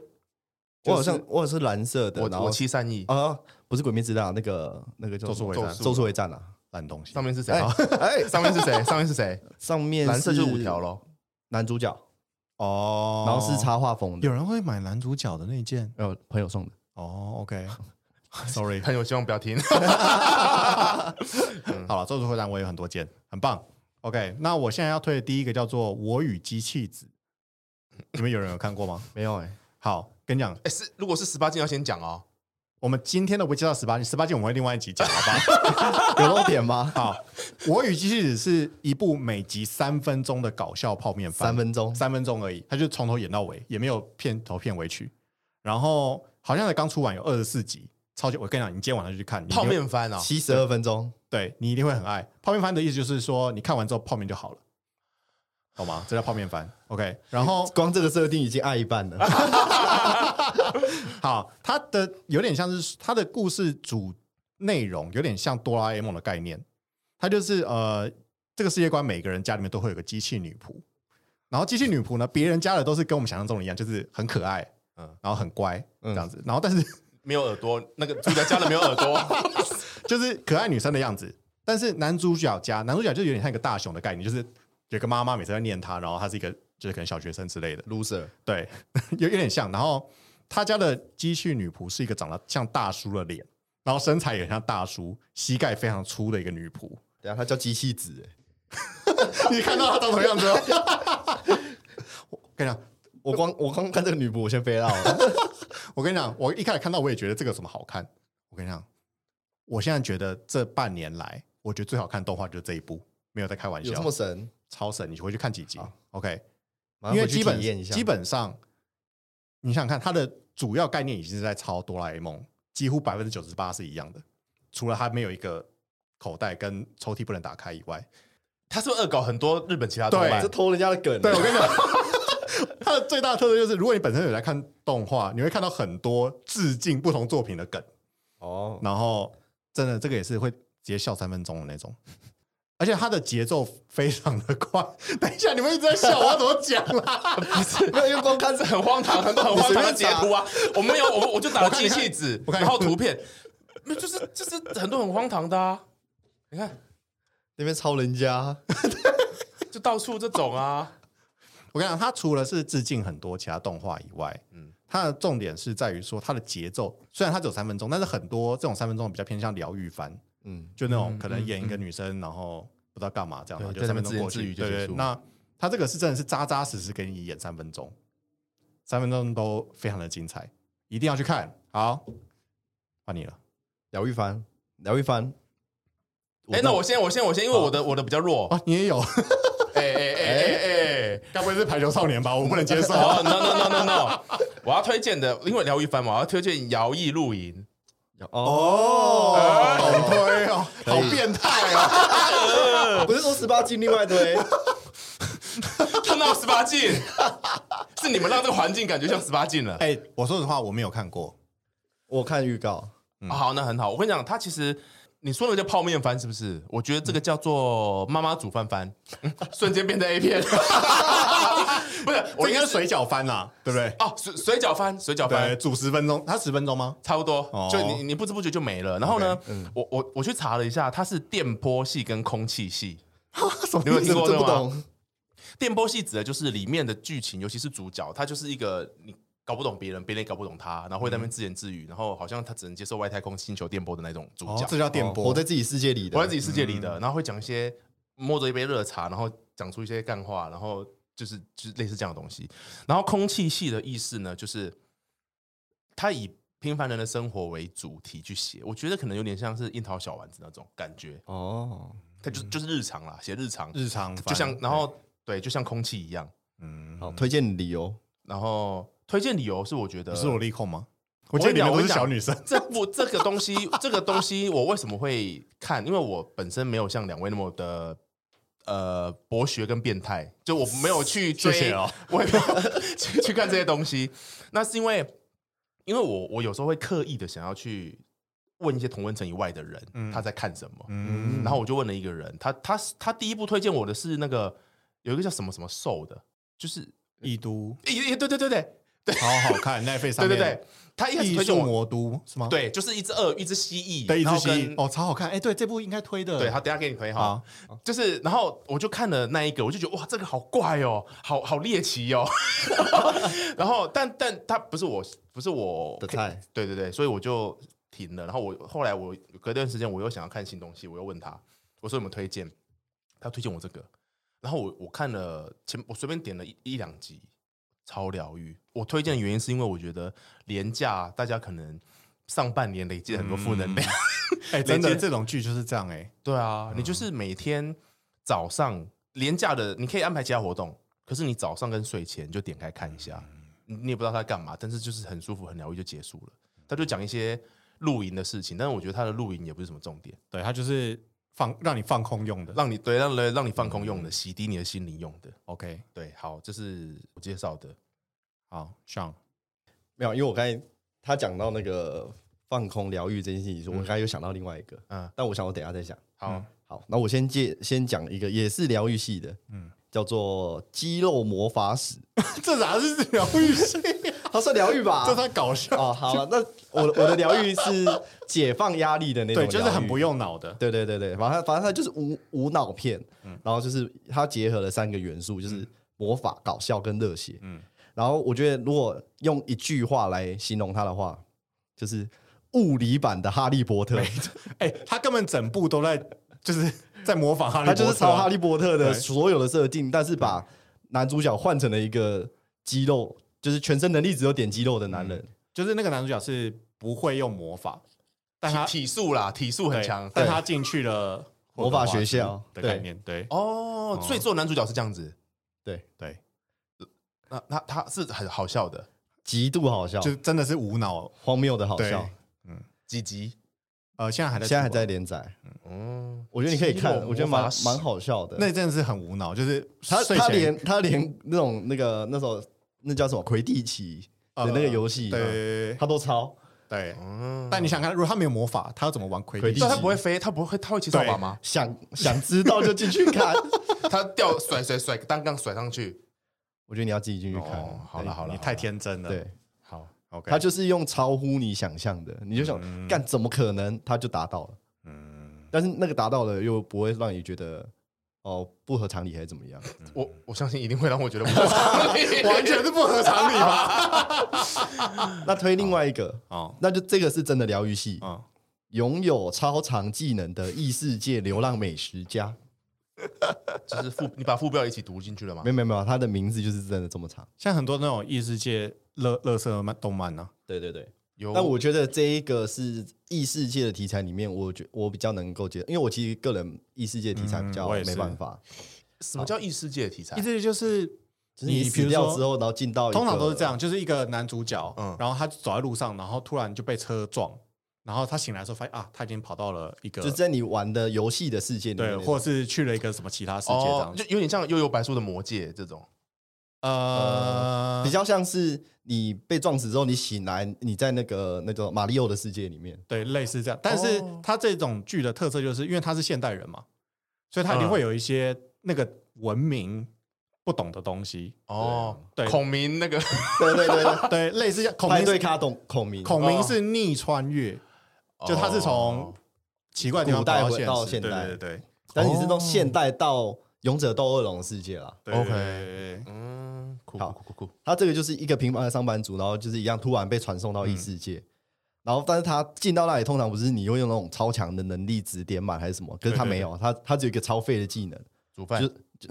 S3: 我好像我好像是蓝色的，
S2: 我
S3: 然后
S2: 我七三亿，
S3: 啊，不是《鬼灭之刃》啊，那个那个叫
S1: 咒术回
S3: 什么
S1: 战
S2: 咒术
S3: 咒术回 战啊，
S1: 烂东西
S2: 上。面是谁？
S3: 哎
S2: 好
S3: 哎，
S2: 上面是谁？上面是谁？
S3: 上面
S2: 蓝色就是五条，喽。
S3: 男主角，
S1: 哦
S3: 然后是插画风的
S1: 有，人会买男主角的那一件
S3: 呃，朋友送的，
S1: 哦，OK， Sorry，
S2: 很有希望不要听。哎
S1: 好了，《咒术回战》我也有很多件，很棒。OK，那我现在要推的第一个叫做《我与机器子》，你们有人有欸看过吗？
S3: 没有哎，
S1: 好，跟你讲，
S2: 哎，是如果是十八禁要先讲哦。
S1: 我们今天都不介绍十八禁，十八禁我们会另外一集讲，好吧？
S3: 有漏点吗？
S1: 好，《我与机器子》是一部每集三分钟的搞笑泡面番，
S3: 三分钟，
S1: 三分钟而已，他就从头演到尾，也没有片头片尾曲。然后好像才刚出完有二十四集，超级！我跟你讲，你今天晚上就去看你一定
S2: 泡
S1: 会
S2: 面番哦，
S3: 七十二分钟，
S1: 对你一定会很爱泡面番的意思就是说，你看完之后泡面就好了，懂吗？这叫泡面番。OK，然 后
S3: 光这个设定已经爱一半
S1: 啊
S3: 了。
S1: 好，它的有点像是它的故事主内容有点像哆啦 A 梦的概念，它就是呃，这个世界观每个人家里面都会有个机器女仆，然后机器女仆呢，别人家的都是跟我们想象中的一样，就是很可爱，嗯
S2: 嗯，
S1: 然后很乖这
S3: 嗯
S1: 样子，然后但是
S2: 没有耳朵，那个主角家的没有耳朵，
S1: 就是可爱女生的样子，但是男主角家男主角就有点像一个大雄的概念，就是有个妈妈每次在念他，然后他是一个就是可能小学生之类的，
S3: loser，
S1: 对， 有有点像。然后他家的机器女仆是一个长得像大叔的脸，然后身材也很像大叔，膝盖非常粗的一个女仆。
S3: 等一下他叫机器子哎，
S1: 你看到她长什么样子了？ 我跟你讲，
S3: 我光我光看这个女仆，我先飞 到了。
S1: 我跟你讲，我一开始看到我也觉得这个有什么好看。我跟你讲，我现在觉得这半年来，我觉得最好看的动画就是这一部，没有在开玩
S3: 有这
S1: 笑
S3: 么。神？
S1: 超神，你回去看几集
S3: 好
S1: ？OK，
S3: 马上
S1: 因为
S3: 回去
S1: 基本
S3: 体验一下，
S1: 基本上，你想想看，它的主要概念已经是在抄哆啦 A 梦，几乎百分之九十八是一样的，除了它没有一个口袋跟抽屉不能打开以外。
S2: 他是不是恶搞很多日本其他动
S1: 对
S2: 漫
S3: 哎这。偷人家的梗。欸
S1: 对我跟你讲，它的最大的特色就是，如果你本身有在看动画，你会看到很多致敬不同作品的梗，
S3: 哦，
S1: 然后真的这个也是会直接笑三分钟的那种。而且它的节奏非常的快， 等一下你们一直在笑，我要怎么讲啦？
S3: 没有，因为光看这
S2: 这很荒唐，很多很荒唐的截图啊！我们有，我我就打了机器子，
S1: 我看
S2: 然后图片，那就是就是很多很荒唐的啊！你看，
S3: 那边抄人 家，
S2: 就到处这种啊，
S1: 我跟你讲，它除了是致敬很多其他动画以外，嗯
S2: 嗯，
S1: 它的重点是在于说它的节奏，虽然它只有三分钟，但是很多这种三分钟比较偏向疗愈番，
S3: 嗯，
S1: 就那种可能演一个女生，然后不知道干嘛这样，然后
S2: 对
S1: 就
S2: 在
S1: 三
S2: 那
S1: 分
S2: 边
S1: 钟过去，
S2: 自言自语就
S1: 对对
S2: 结束
S1: 对那它这个是真的是扎扎实实给你演三分钟，三分钟都非常的精彩，一定要去看。好，换你了。
S3: 疗愈番，疗愈番。
S2: 哎、那我先，我先，我先，因为我的我的比较弱。
S1: 哦，你也有，
S2: 哎哎哎哎哎！
S1: 该不会是排球少年吧？我不能接受。啊
S2: 哦 no no no no no！我要推荐的，因为聊一番嘛，我要推荐摇曳露营。
S1: 哦，
S3: 哦，
S1: 好推哦，
S3: 可
S1: 好
S3: 以
S1: 变态哦。
S3: 不是说十八禁，另外一堆。
S2: 他闹十八禁，是你们让这个环境感觉像十八禁了。
S1: 哎，我说实话，我没有看过。
S3: 我看预告，
S1: 嗯
S2: 啊好，那很好。我跟你讲，它其实你说那个叫泡面番是不是？我觉得这个叫做妈妈煮饭番， 瞬间变成 A 片。 不是，我
S1: 我
S2: 应
S1: 应该
S2: 该是
S1: 是水饺番啦，对不对？
S2: 哦水水饺番，水饺
S1: 对，
S2: 番。
S1: 煮十分钟，它十分钟吗？
S2: 差不多
S1: 哦，
S2: 就你你不知不觉就没了。然后呢
S1: OK，嗯
S2: 我我我去查了一下，它是电波系跟空气系。
S1: 什么
S2: 你们
S3: 这
S2: 听过
S3: 这
S2: 这
S3: 不
S2: 个吗？
S3: 懂。
S2: 电波系指的就是里面的剧情，尤其是主角，他就是一个你搞不懂别人，别人也搞不懂他，然后会在那边自言自语，然后好像他只能接受外太空星球电波的那种主角。
S1: 哦，这叫电波。
S3: 活在自己世界里的。
S2: 我在自己世界里
S1: 嗯
S2: 的，然后会讲一些摸着一杯热茶，然后讲出一些干话，然后就是就是类似这样的东西。然后空气系的意思呢，就是它以平凡人的生活为主题去写，我觉得可能有点像是樱桃小丸子那种感觉，
S3: 哦，
S2: 它就就是日常啦，写日常，
S1: 嗯日常番，
S2: 就像然后对，就像空气一样。
S1: 嗯，
S3: 好，推荐理由。
S2: 然后推荐理由是我觉得
S1: 你是萝莉控吗？我
S2: 我
S1: 觉得
S2: 跟你
S1: 里面
S2: 讲
S1: 都
S2: 我跟
S1: 是
S2: 你讲
S1: 小女生。
S2: 这部这个东西，这个东西我为什么会看？因为我本身没有像两位那么的呃博学跟变态，就我没有去 追，
S1: 谢谢哦
S2: 我也没有去去看这些东西。那是因为，因为我我有时候会刻意的想要去问一些同温层以外的人，
S1: 嗯
S2: 他在看什么。
S1: 嗯，
S2: 然后我就问了一个人，他他他第一部推荐我的是那个有一个叫什么什么兽的，就是
S1: 异都
S2: 咦、对对对对
S1: 好好 看，奈飞上
S2: 对对
S1: 面
S2: 对，他一开始
S1: 艺
S2: 推荐
S1: 术
S2: 我
S1: 魔都是吗？
S2: 对，就是一只鳄，一只蜥蜴，
S1: 对，一
S2: 然
S1: 只
S2: 后
S1: 蜥蜴
S2: 跟
S1: 哦，超好看。哎，对，这部应该推的。
S2: 对，好，等一下给你推哈
S1: 嗯好。，
S2: 就是，然后我就看了那一个，我就觉得哇，这个好怪哦，好好猎奇哦。 然后，但但它不是我，不是我
S3: 的菜，
S2: 对对对，所以我就停了。然后我后来我隔段时间我又想要看新东西，我又问他，我说有没有推荐？他推荐我这个，然后我我看了前我随便点了一一两集，超疗愈。我推荐的原因是因为我觉得廉价，大家可能上半年累积很多负能量。
S1: 哎，真的
S2: 连接
S1: 这种剧就是这样哎、
S2: 对啊，你就是每天早上廉价的，你可以安排其他活动，可是你早上跟睡前就点开看一下，
S1: 嗯
S2: 你你也不知道他在干嘛，但是就是很舒服、很疗愈就结束了。他就讲一些露营的事情，但是我觉得他的露营也不是什么重点，
S1: 对，它就是放让你放空用的。
S2: 让你对让人让你放空
S1: 嗯
S2: 用的，洗涤你的心灵用的。
S1: OK，
S2: 对，好，这是我介绍的。
S1: 好， 上
S3: 没有，因为我刚才他讲到那个放空疗愈这件事情，我刚才又想到另外一个，
S2: 嗯
S3: 嗯，但我想我等一下再讲。
S2: 好，
S1: 嗯
S3: 好，那我先介先讲一个也是疗愈系的，嗯，叫做肌肉魔法史，
S1: 这哪是疗愈系？
S3: 它算疗愈吧？
S1: 这太搞笑。
S3: 哦，好了，那我我的疗愈是解放压力的那种，
S1: 对，就是很不。用脑的。
S3: 对对对对，反正反正它就是无无脑片，
S2: 嗯
S3: 然后就是它结合了三个元素，就是魔法、搞笑跟热血。
S1: 嗯
S3: 嗯，然后我觉得如果用一句话来形容它的话，就是物理版的哈利波特，
S1: 哎、他根本整部都在就是在模仿哈利
S3: 它
S1: 波
S3: 就
S1: 特啊，
S3: 是抄哈利波特
S1: 对
S3: 的所有的设定，但是
S2: 嗯
S3: 把男主角换成了一个肌肉，就是全身能力只有点肌肉的男人。
S2: 嗯
S1: 就是那个男主角是不会用魔法，但他
S2: 体体术啦，体术很
S1: 对
S2: 强。
S1: 但他进去了
S3: 魔法学校
S1: 霍格华兹的概念，对
S2: 哦，所以做男主角是这样子，
S3: 对，
S1: 对，
S2: 那他他是很好笑的，
S3: 极度好笑，
S1: 就真的是无脑。
S3: 荒谬的好
S1: 对
S3: 笑。
S2: 几集？
S1: 呃，现在还在，
S3: 现在还在。连载，
S2: 嗯，
S3: 我觉得你可以
S2: 肌
S3: 看，
S2: 肉
S3: 我觉得
S2: 魔法
S3: 蛮
S2: 史
S3: 蛮好笑的。
S1: 那真的是很无脑，就是
S3: 他
S1: 睡
S3: 他
S1: 前
S3: 连他连那种那个那时候那叫什么魁地奇的那个游戏，啊
S1: 对对
S3: 他都抄。
S1: 对。
S2: 嗯，
S1: 但你想看，如果他没有魔法，他要怎么玩魁
S3: 魁
S1: 地
S3: 地
S1: 奇
S2: 对，他不会飞，他不会，他会骑扫把吗？
S3: 想想知道就进去看，
S2: 他掉甩甩甩单杠甩上去。
S3: 我觉得你要自己进去看
S2: 哦。好了
S3: 对
S2: 好了，
S1: 你太天真了。
S3: 对，
S2: 好，
S1: ，OK，
S3: 他就是用超乎你想象的，你就想
S1: 嗯
S3: 干怎么可能，他就达到了。
S1: 嗯，
S3: 但是那个达到了又不会让你觉得哦不合常理还是怎么样。
S2: 我我相信一定会让我觉得不合理
S1: 嗯完全是不合常理吧？
S3: 那推另外一个，
S1: 哦，
S3: 那就这个是真的疗愈系，
S1: 嗯，
S3: 拥有超常技能的异世界流浪美食家。
S2: 就是副，你把副标一起读进去了吗
S3: 没？有没有没有，他的名字就是真的这么长。
S1: 像很多那种异世界乐乐色漫动漫呢，
S3: 对对对，
S1: 哦
S2: 有，
S3: 但我觉得这一个是异世界的题材里面，我觉我比较能够接，因为我其实个人异世界题材比
S1: 嗯
S3: 较
S1: 我也是
S3: 没办法，
S2: 什么叫异世界的题材
S1: 异？世界就是
S3: 啊就是你
S1: 比
S3: 死
S1: 如
S3: 掉
S1: 说
S3: 之后，然后进到一个
S1: 通常都是这样，，就是一个男主角，
S2: 嗯
S1: 然后他走在路上，然后突然就被车撞，然后他醒来的时候发现啊，他已经跑到了一个
S3: 就是在你玩的游戏的世界里面
S1: 对，
S3: 那种，
S1: 或是去了一个什么其他世界这
S2: 哦
S1: 样，
S2: 就
S1: 子。
S2: 有点像《幽游白书》的魔界这种。
S1: 呃，
S3: 哦比较像是你被撞死之后，你醒来，你在那个那种马里奥的世界里面，
S1: 对类似这样，但是
S2: 哦
S1: 他这种剧的特色就是因为他是现代人嘛，所以他一定
S3: 嗯
S1: 会有一些那个文明不懂的东西。
S2: 哦，
S1: 对
S2: 孔明那个
S3: 对对对对，
S1: 对，类似 像孔
S3: 派
S1: 明
S3: 对
S1: 是，
S3: 卡懂孔明，
S1: 孔明是逆穿越， 就他是从
S2: 哦
S1: 奇怪的地方
S3: 古代
S1: 跑
S3: 回到
S1: 实
S3: 现代
S1: 对对对
S3: 但是你是
S1: 哦
S3: 从现代到勇者斗恶龙的世界啦。
S1: 对对
S2: OK
S1: 对对对
S2: 嗯，酷酷
S3: 好
S2: 酷酷酷，
S3: 他这个就是一个平凡的上班族，然后就是一样突然被传送
S1: 嗯
S3: 到异世界，然后但是他进到那里，通常不是你会用那种超强的能力指点满还是什么，可是他
S1: 对对
S3: 没有，他他只有一个超废的技能，
S2: 煮饭
S3: 就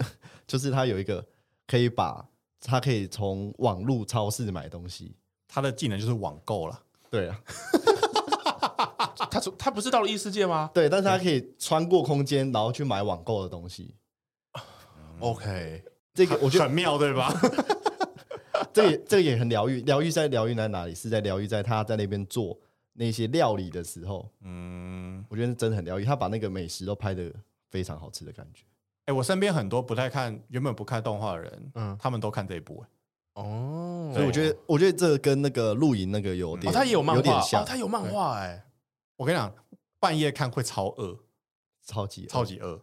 S3: 就是他有一个可以把他可以从网络超市买东西。
S1: 他的技能就是网购了。
S3: 对啊，
S2: 他从他不是到了异世界吗
S3: 对，但是他可以穿过空间，然后去买网购的东西。
S1: 嗯
S2: ？OK，
S3: 这 个我觉得
S1: 很妙，对吧？
S3: 这也这个也很疗愈，疗愈在疗愈在哪里？是在疗愈在他在那边做那些料理的时候，
S1: 嗯，
S3: 我觉得真的很疗愈。他把那个美食都拍的非常好吃的感觉。
S1: 哎、我身边很多不太看、原本不看动画的人，
S2: 嗯
S1: 他们都看这一部、哎
S2: 哦，
S3: 所以我觉得，我觉得这跟那个露营那个有
S2: 哦，
S3: 点，
S2: 他也有漫
S3: 有
S2: 画，
S3: 点
S2: 哦
S3: 像，，
S2: 他有漫画哎，
S1: 我跟你讲，半夜看会超饿，
S3: 超级
S1: 超，级饿。
S3: 因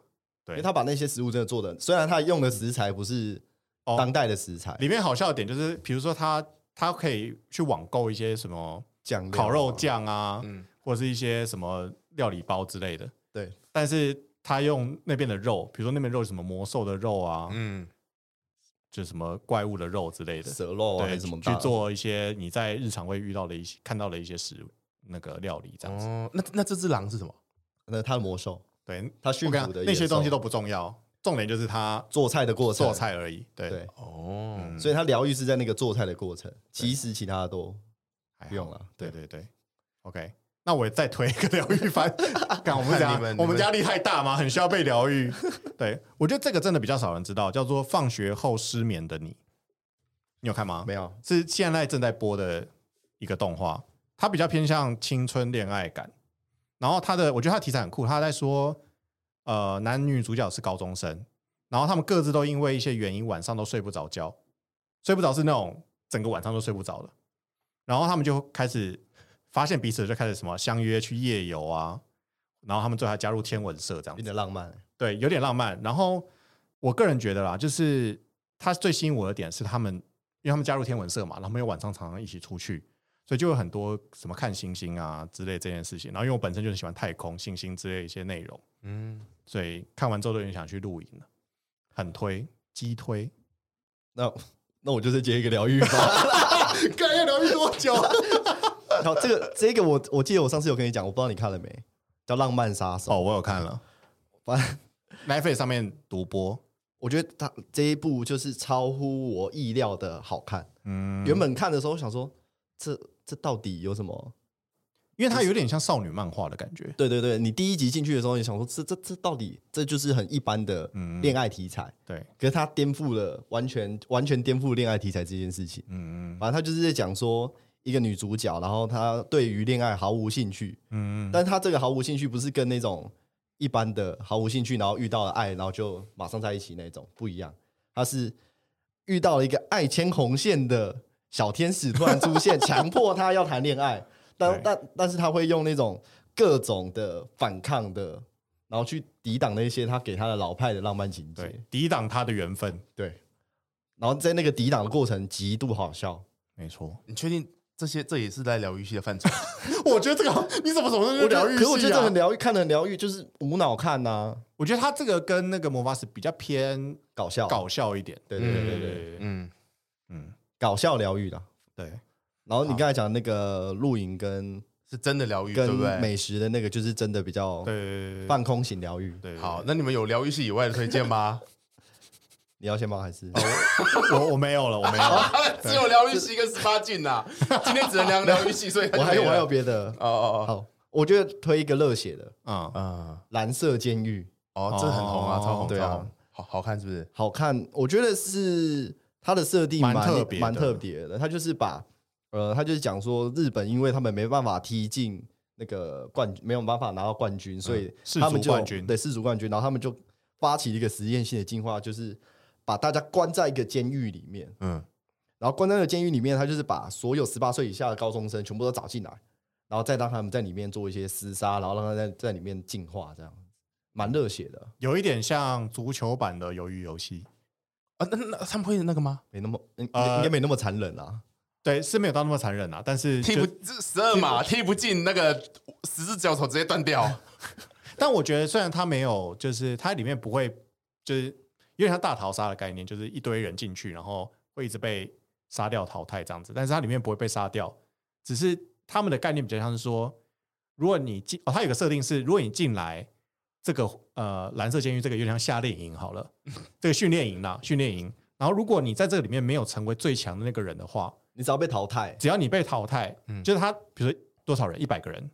S1: 对
S3: 为，他把那些食物真的做的，虽然他用的食材不是
S1: 哦
S3: 当代的食材，
S1: 里面好笑的点就是，比如说他他可以去网购一些什么
S3: 酱料啊
S1: 烤肉，酱啊，
S2: 嗯，
S1: 或者是一些什么料理包之类的，
S3: 对，
S1: 但是他用那边的肉，比如说那边肉有什么魔兽的肉啊，
S2: 嗯，
S1: 就什么怪物的肉之类的，
S3: 蛇肉啊还
S1: 对，
S3: 是什么
S1: 去
S3: 大
S1: 做一些你在日常会遇到的一些看到的一些食物那个料理这样子。
S2: 哦，那那这只狼是什么？
S3: 那他的魔兽
S1: 对，
S3: 他驯
S1: 我跟你
S3: 服的
S1: 讲那些
S3: 野兽
S1: 东西都不重要，重点就是他
S3: 做菜的过程，
S1: 做菜而已。对，
S3: 对，
S2: 哦，
S1: 嗯
S3: 所以他疗愈是在那个做菜的过程，其实其他的都
S1: 还好
S3: 不用了
S1: 对
S3: 对
S1: 对对，OK。那我也再推一个疗愈番，看我们
S2: 看
S1: 家
S2: 你们
S1: 我们
S2: 你们
S1: 压力太大吗？很需要被疗愈。对我觉得这个真的比较少人知道，叫做《放学后失眠的你》，你有看吗？
S3: 没有。
S1: 是现在正在播的一个动画，它比较偏向青春恋爱感。然后它的，我觉得它的题材很酷，它在说，呃，男女主角是高中生，然后他们各自都因为一些原因晚上都睡不着觉，睡不着是那种整个晚上都睡不着的。然后他们就开始发现彼此就开始什么相约去夜游啊，然后他们最后还加入天文社这样子
S3: 有。点浪漫，
S1: 对，有点浪漫。然后我个人觉得啦，就是他最吸引我的点是他们，因为他们加入天文社嘛，然后他们又晚上常常一起出去，所以就有很多什么看星星啊之类这件事情。然后因为我本身就是喜欢太空、星星之类一些内容，
S2: 嗯，
S1: 所以看完之后都有点想去露营了，很推，激推。
S3: 那那我就是接一个疗愈吧。
S1: 看要疗愈多久？
S3: 啊然后这个这个我我记得我上次有跟你讲，我不知道你看了没，叫《浪漫杀手》
S1: 哦，。我有看了
S3: 反正
S1: ，Netflix 上面独播。
S3: 我觉得他这一部就是超乎我意料的好看。
S1: 嗯，
S3: 原本看的时候我想说，这这到底有什么？
S1: 因为它有点像少女漫画的感觉。
S3: 对对对，你第一集进去的时候，你想说这这这到底这就是很一般的
S1: 嗯
S3: 恋爱题材，
S1: 对，
S3: 可是它颠覆了完全完全颠覆恋爱题材这件事情。
S1: 嗯嗯
S3: 反正他就是在讲说一个女主角，然后她对于恋爱毫无兴趣，
S1: 嗯，
S3: 但她这个毫无兴趣不是跟那种一般的毫无兴趣，然后遇到了爱，然后就马上在一起那种不一样，她是遇到了一个爱牵红线的小天使突然出现，强迫她要谈恋爱，但
S1: 对
S3: 但但是她会用那种各种的反抗的，然后去抵挡那些她给她的老派的浪漫情节，
S1: 对，抵挡它的缘分，
S3: 对然后在那个抵挡的过程极度好笑。
S1: 没错。
S2: 你确定这些这也是在疗愈系的范畴？
S1: 我觉得这个你怎么怎么
S3: 我
S1: 就
S3: 觉得
S1: 疗愈、啊？
S3: 可是我觉得这很，疗愈，看得很疗愈，就是无脑看呐、
S1: 我觉得他这个跟那个魔法使比较偏
S3: 搞笑，
S1: 搞笑一点。
S3: 对对对
S2: 嗯
S3: 对对，
S2: 嗯，
S1: 嗯，
S3: 搞笑疗愈的。
S1: 对，
S3: 然后你刚才讲那个露营跟
S2: 是真的疗愈，对
S3: 跟
S2: 不对？
S3: 美食的那个，就是真的比较
S1: 对
S3: 半空型疗愈。
S1: 对，
S2: 好，那你们有疗愈系以外的推荐吗？
S3: 你要先吗？还是
S1: 我我没有了，我没有了。
S2: 只有疗愈系跟十八禁呐，今天只能聊疗愈系，所以
S3: 我还有我还有别的？
S2: 哦哦
S3: 好，我觉得推一个热血的《
S1: 嗯
S2: 哦，，嗯，
S3: 蓝色监狱》，
S2: 哦，这很红啊，
S1: 哦
S2: 超红，
S3: 对啊
S2: 超红，好好看是不是？
S3: 好看，我觉得是它的设定蛮
S1: 蛮特别的
S3: 蛮特别的。它就是把呃，它就是讲说日本，因为他们没办法踢进那个冠，没有办法拿到冠军，所以
S1: 嗯世
S3: 他
S1: 足
S3: 们就、
S1: 冠军
S3: 对世足冠军，然后他们就发起了一个实验性的进化，就是把大家关在一个监狱里面，
S2: 嗯，
S3: 然后关在那个监狱里面，他就是把所有十八岁以下的高中生全部都找进来，然后再让他们在里面做一些厮杀，然后让他在在里面进化，这样蛮热血的，
S1: 有一点像足球版的鱿鱼游戏，
S2: 啊，那那他们会那个吗？
S3: 没那么嗯应应
S1: 呃
S3: 该没那么残忍啊。
S1: 对，是没有到那么残忍啊，但是
S2: 踢
S1: 就
S2: 不十二码踢不进，那个十只脚手直接断掉。
S1: 但我觉得虽然它没有，就是它里面不会，就是有点像大逃杀的概念，就是一堆人进去，然后会一直被杀掉淘汰这样子，但是它里面不会被杀掉，只是他们的概念比较像是说，如果你进哦，它有个设定是，如果你进来这个呃蓝色监狱这个有点像夏令营好了，这个训练营啦，训练营，然后如果你在这个里面没有成为最强的那个人的话，
S3: 你只要被淘汰，
S1: 只要你被淘汰，
S2: 嗯
S1: 就是他比如说多少人，一百个人，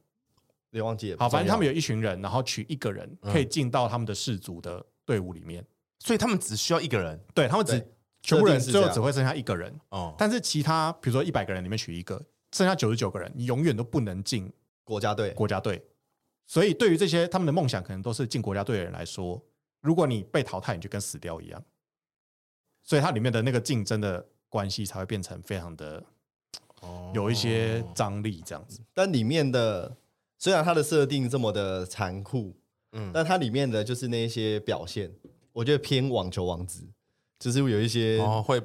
S3: 也忘记了。
S1: 好，
S3: 不重
S1: 反正他们
S3: 要
S1: 有一群人，然后取一个人
S2: 嗯
S1: 可以进到他们的氏族的队伍里面。
S2: 所以他们只需要一个人
S1: 对他们只
S3: 对
S1: 全部人
S3: 设定是
S1: 最后
S3: 这样
S1: 只会剩下一个人，
S2: 哦，
S1: 但是其他比如说一百个人里面取一个，剩下九十九个人，你永远都不能进
S3: 国家队，
S1: 国家队。所以对于这些他们的梦想可能都是进国家队的人来说，如果你被淘汰，你就跟死掉一样。所以它里面的那个竞争的关系才会变成非常的有一些张力，这样子。
S3: 但里面的虽然它的设定这么的残酷，
S2: 嗯
S3: 但它里面的就是那一些表现，我觉得偏网球王子，就是有一些
S2: 哦会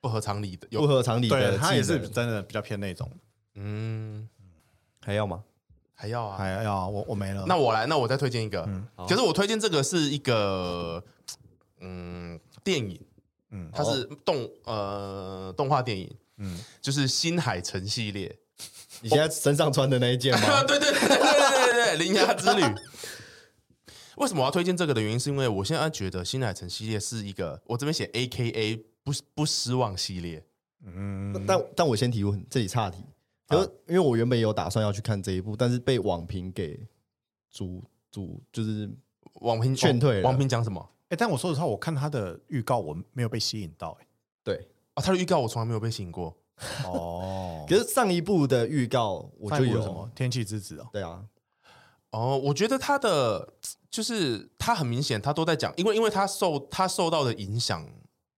S2: 不合常理的，
S3: 不
S2: 有
S3: 合常理的技
S1: 对，
S3: 能。
S1: 它也是真的比较偏那种。
S2: 嗯
S3: 还要吗？
S2: 还要啊。
S1: 哎呀，我我没了。
S2: 那我来，那我再推荐一个
S1: 嗯，
S2: 可是我推荐这个是一个嗯电影，
S1: 嗯
S2: 它是动呃动画电影，
S1: 嗯
S2: 就是《新海诚》系列。
S3: 你现在身上穿的那一件 吗？
S2: 对对对对对对对，铃芽之旅。为什么我要推荐这个的原因，是因为我现在觉得新海诚系列是一个，我这边写 A K A 不不失望系列。
S1: 嗯，
S3: 但但我先提问，这里岔题，
S1: 啊
S3: 可是因为我原本有打算要去看这一部，但是被网评给阻阻，就是
S2: 网评
S3: 劝退了
S2: 网评讲什么？
S1: 哎，但我说实话，我看他的预告，我没有被吸引到，欸
S3: 对。
S2: 啊，他的预告我从来没有被吸引过。
S1: 哎， 哦
S3: 可是上一部的预告我就有
S1: 什么天气之子哦，
S3: 对啊，
S2: 哦，我觉得他的就是他很明显，他都在讲，因为因为他受他受到的影响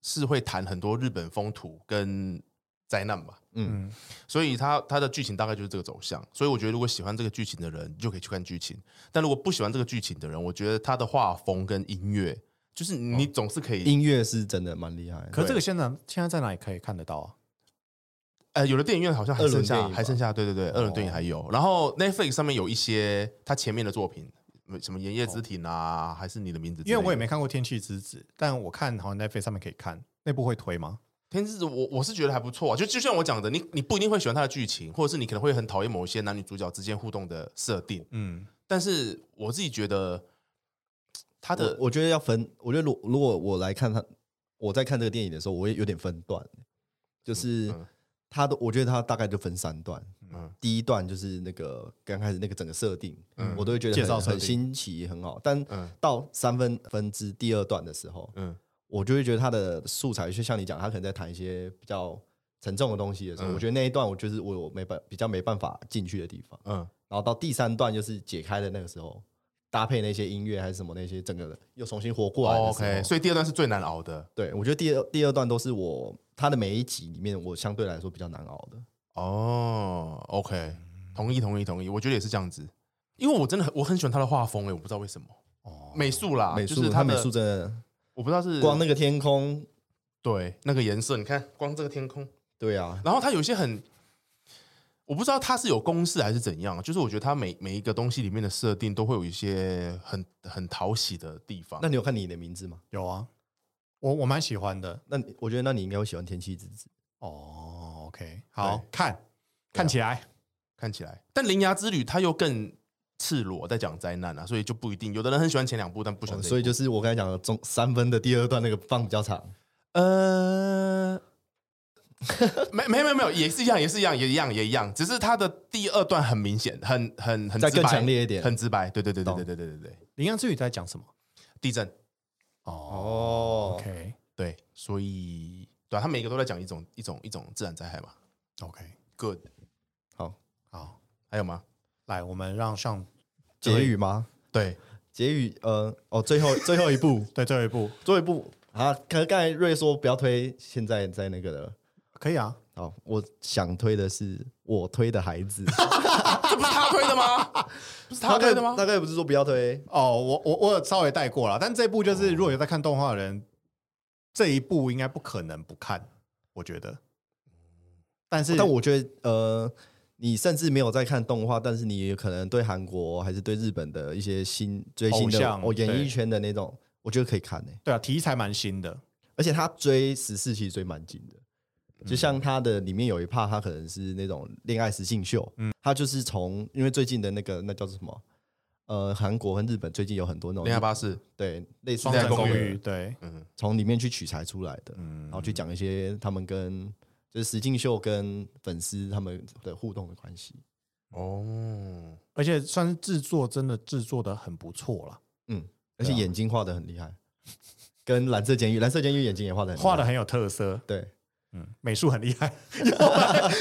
S2: 是会谈很多日本风土跟灾难吧，
S3: 嗯，
S1: 嗯，
S2: 所以他他的剧情大概就是这个走向。所以我觉得，如果喜欢这个剧情的人，你就可以去看剧情；但如果不喜欢这个剧情的人，我觉得他的画风跟音乐，就是你总是可以，
S3: 哦音乐是真的蛮厉害的。
S1: 可是这个现在现在在哪里可以看得到啊？
S2: 呃，有的电影院好像还
S3: 二轮
S2: 剩
S3: 电
S2: 下
S3: 影吧哦
S2: 还剩下，对对对，二轮电影还有。然后 Netflix 上面有一些他前面的作品。什么《炎夜之庭》啊，还是你的名字之类
S1: 因
S2: 的？
S1: 为我也没看过天气之子，但我看好像 Netflix 上面可以看，那部会推吗？
S2: 天之子，我我是觉得还不错啊，就就像我讲的，你你不一定会喜欢它的剧情，或者是你可能会很讨厌某一些男女主角之间互动的设定，
S1: 嗯，
S2: 但是我自己觉得它的
S3: 我我觉得要分，我觉得如如果我来看他，我在看这个电影的时候，我也有点分段，欸就是
S2: 嗯
S3: 他的，我觉得他大概就分三段。
S2: 嗯
S3: 第一段就是那个刚开始那个整个设定，
S2: 嗯
S3: 我都会觉得
S1: 介
S3: 很
S1: 绍设定
S3: 很新奇，很好。但
S2: 嗯
S3: 到三分分之第二段的时候，
S2: 嗯
S3: 我就会觉得他的素材，就像你讲，他可能在谈一些比较沉重的东西的时候，
S2: 嗯
S3: 我觉得那一段我就是我我没办比较没办法进去的地方。
S2: 嗯
S3: 然后到第三段就是解开的那个时候，搭配那些音乐还是什么那些，整个人又重新活过来的时候。
S2: 哦，OK，所以第二段是最难熬的
S3: 对我觉得第二第二段都是我他的每一集里面，我相对来说比较难熬的。
S2: 哦，OK，同意同意同意，我觉得也是这样子，因为我真的很我很喜欢他的画风诶、我不知道为什么
S1: 哦，
S2: 美术啦，
S3: 美
S2: 啊就
S3: 术
S2: 是
S3: 他
S2: 它
S3: 美
S2: 的
S3: 术真的，
S2: 我不知道是
S3: 光那个天空，
S2: 对那个颜色，你看光这个天空。
S3: 对啊，
S2: 然后它有一些很，我不知道它是有公式还是怎样，就是我觉得它每每一个东西里面的设定都会有一些很很讨喜的地方。
S3: 那你有看你的名字吗？
S1: 有啊，我我蛮喜欢的。
S3: 那你我觉得那你应该会喜欢《天气之子》。
S1: 哦，OK，好啊
S2: 对
S1: 看，看起来，
S2: 看起来，但《铃芽之旅》它又更赤裸，在讲灾难啊，所以就不一定。有的人很喜欢前两部，但不喜欢这一部、
S3: 哦所以就是我刚才讲的中三分的第二段那个放比较长，
S2: 呃， 没没没没有，也是一样，也是一样，也一样，也一样，只是它的第二段很明显，很很很
S3: 再
S2: 直白
S3: 更强烈一点
S2: 很直白。对对对对
S3: 懂
S2: 对对对对对，
S1: 林阳之语在讲什么？
S2: 地震。
S1: 哦
S3: 哦
S1: ，OK
S2: 对，所以对、啊、他每个都在讲一种一种一种自然灾害嘛。
S1: OK，
S2: Good，
S1: 好，
S2: 还有吗？
S1: 来，我们让上
S3: 结语吗？
S2: 对，
S3: 结语，呃，哦，最后最后一 步，
S1: 对最后一部
S3: 最后一步啊，可是刚才瑞说不要推，现在在那个了。
S1: 可以啊，
S3: 好，我想推的是我推的孩 子，
S2: 这不是他推的 吗？不是他推的吗？
S3: 大概不是说不要推，
S1: 哦，我我我有稍微带过了，但这部就是如果有在看动画的
S3: 哦
S1: 人，这一部应该不可能不看，我觉得。但是，
S3: 但我觉得呃，你甚至没有在看动画，但是你可能对韩国还是对日本的一些新追星
S1: 偶
S3: 的
S1: 像
S3: 哦演
S1: 对
S3: 艺圈的那种，我觉得可以看呢、欸
S1: 对啊，题材蛮新的，
S3: 而且他追十四其实追蛮紧的。
S1: 嗯
S3: 就像他的里面有一 part，他可能是那种恋爱实境秀，嗯，他就是从因为最近的那个那叫做什么，呃，韩国跟日本最近有很多那
S2: 零幺
S3: 种
S2: 巴士，
S3: 对类似
S1: 双
S3: 那
S1: 层
S3: 种
S1: 公
S3: 的
S1: 寓，对，
S2: 嗯，
S3: 从里面去取材出来的，
S1: 嗯
S3: 然后去讲一些他们跟就是石敬秀跟粉丝他们的互动的关系。
S2: 哦，
S1: 而且算是制作真的制作的很不错了，
S3: 嗯，而
S1: 啊
S3: 且眼睛画的很厉害，跟蓝色监狱，蓝色监狱眼睛也画的
S1: 画的很有特色，
S3: 对，
S1: 嗯，美术很厉害，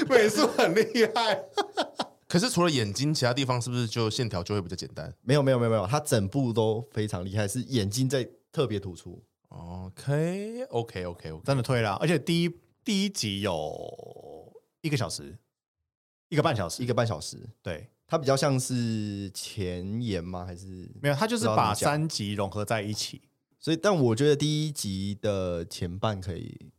S1: 美术很厉害，
S2: 可是除了眼睛，其他地方是不是就线条就会比较简单
S3: 没有没有没有没有，他整部都非常厉害，是眼睛在特别突出。
S2: ？OK OK OK OK，
S1: 真的推了。而且第一第一集有一个小时，一个半小时，
S3: 一个半小时，
S1: 对，
S3: 它比较像是前言吗？还是
S1: 没有，他就是
S3: 不知道怎么
S1: 把
S3: 讲
S1: 三集融合在一起。
S3: 所以，但我觉得第一集的前半可以，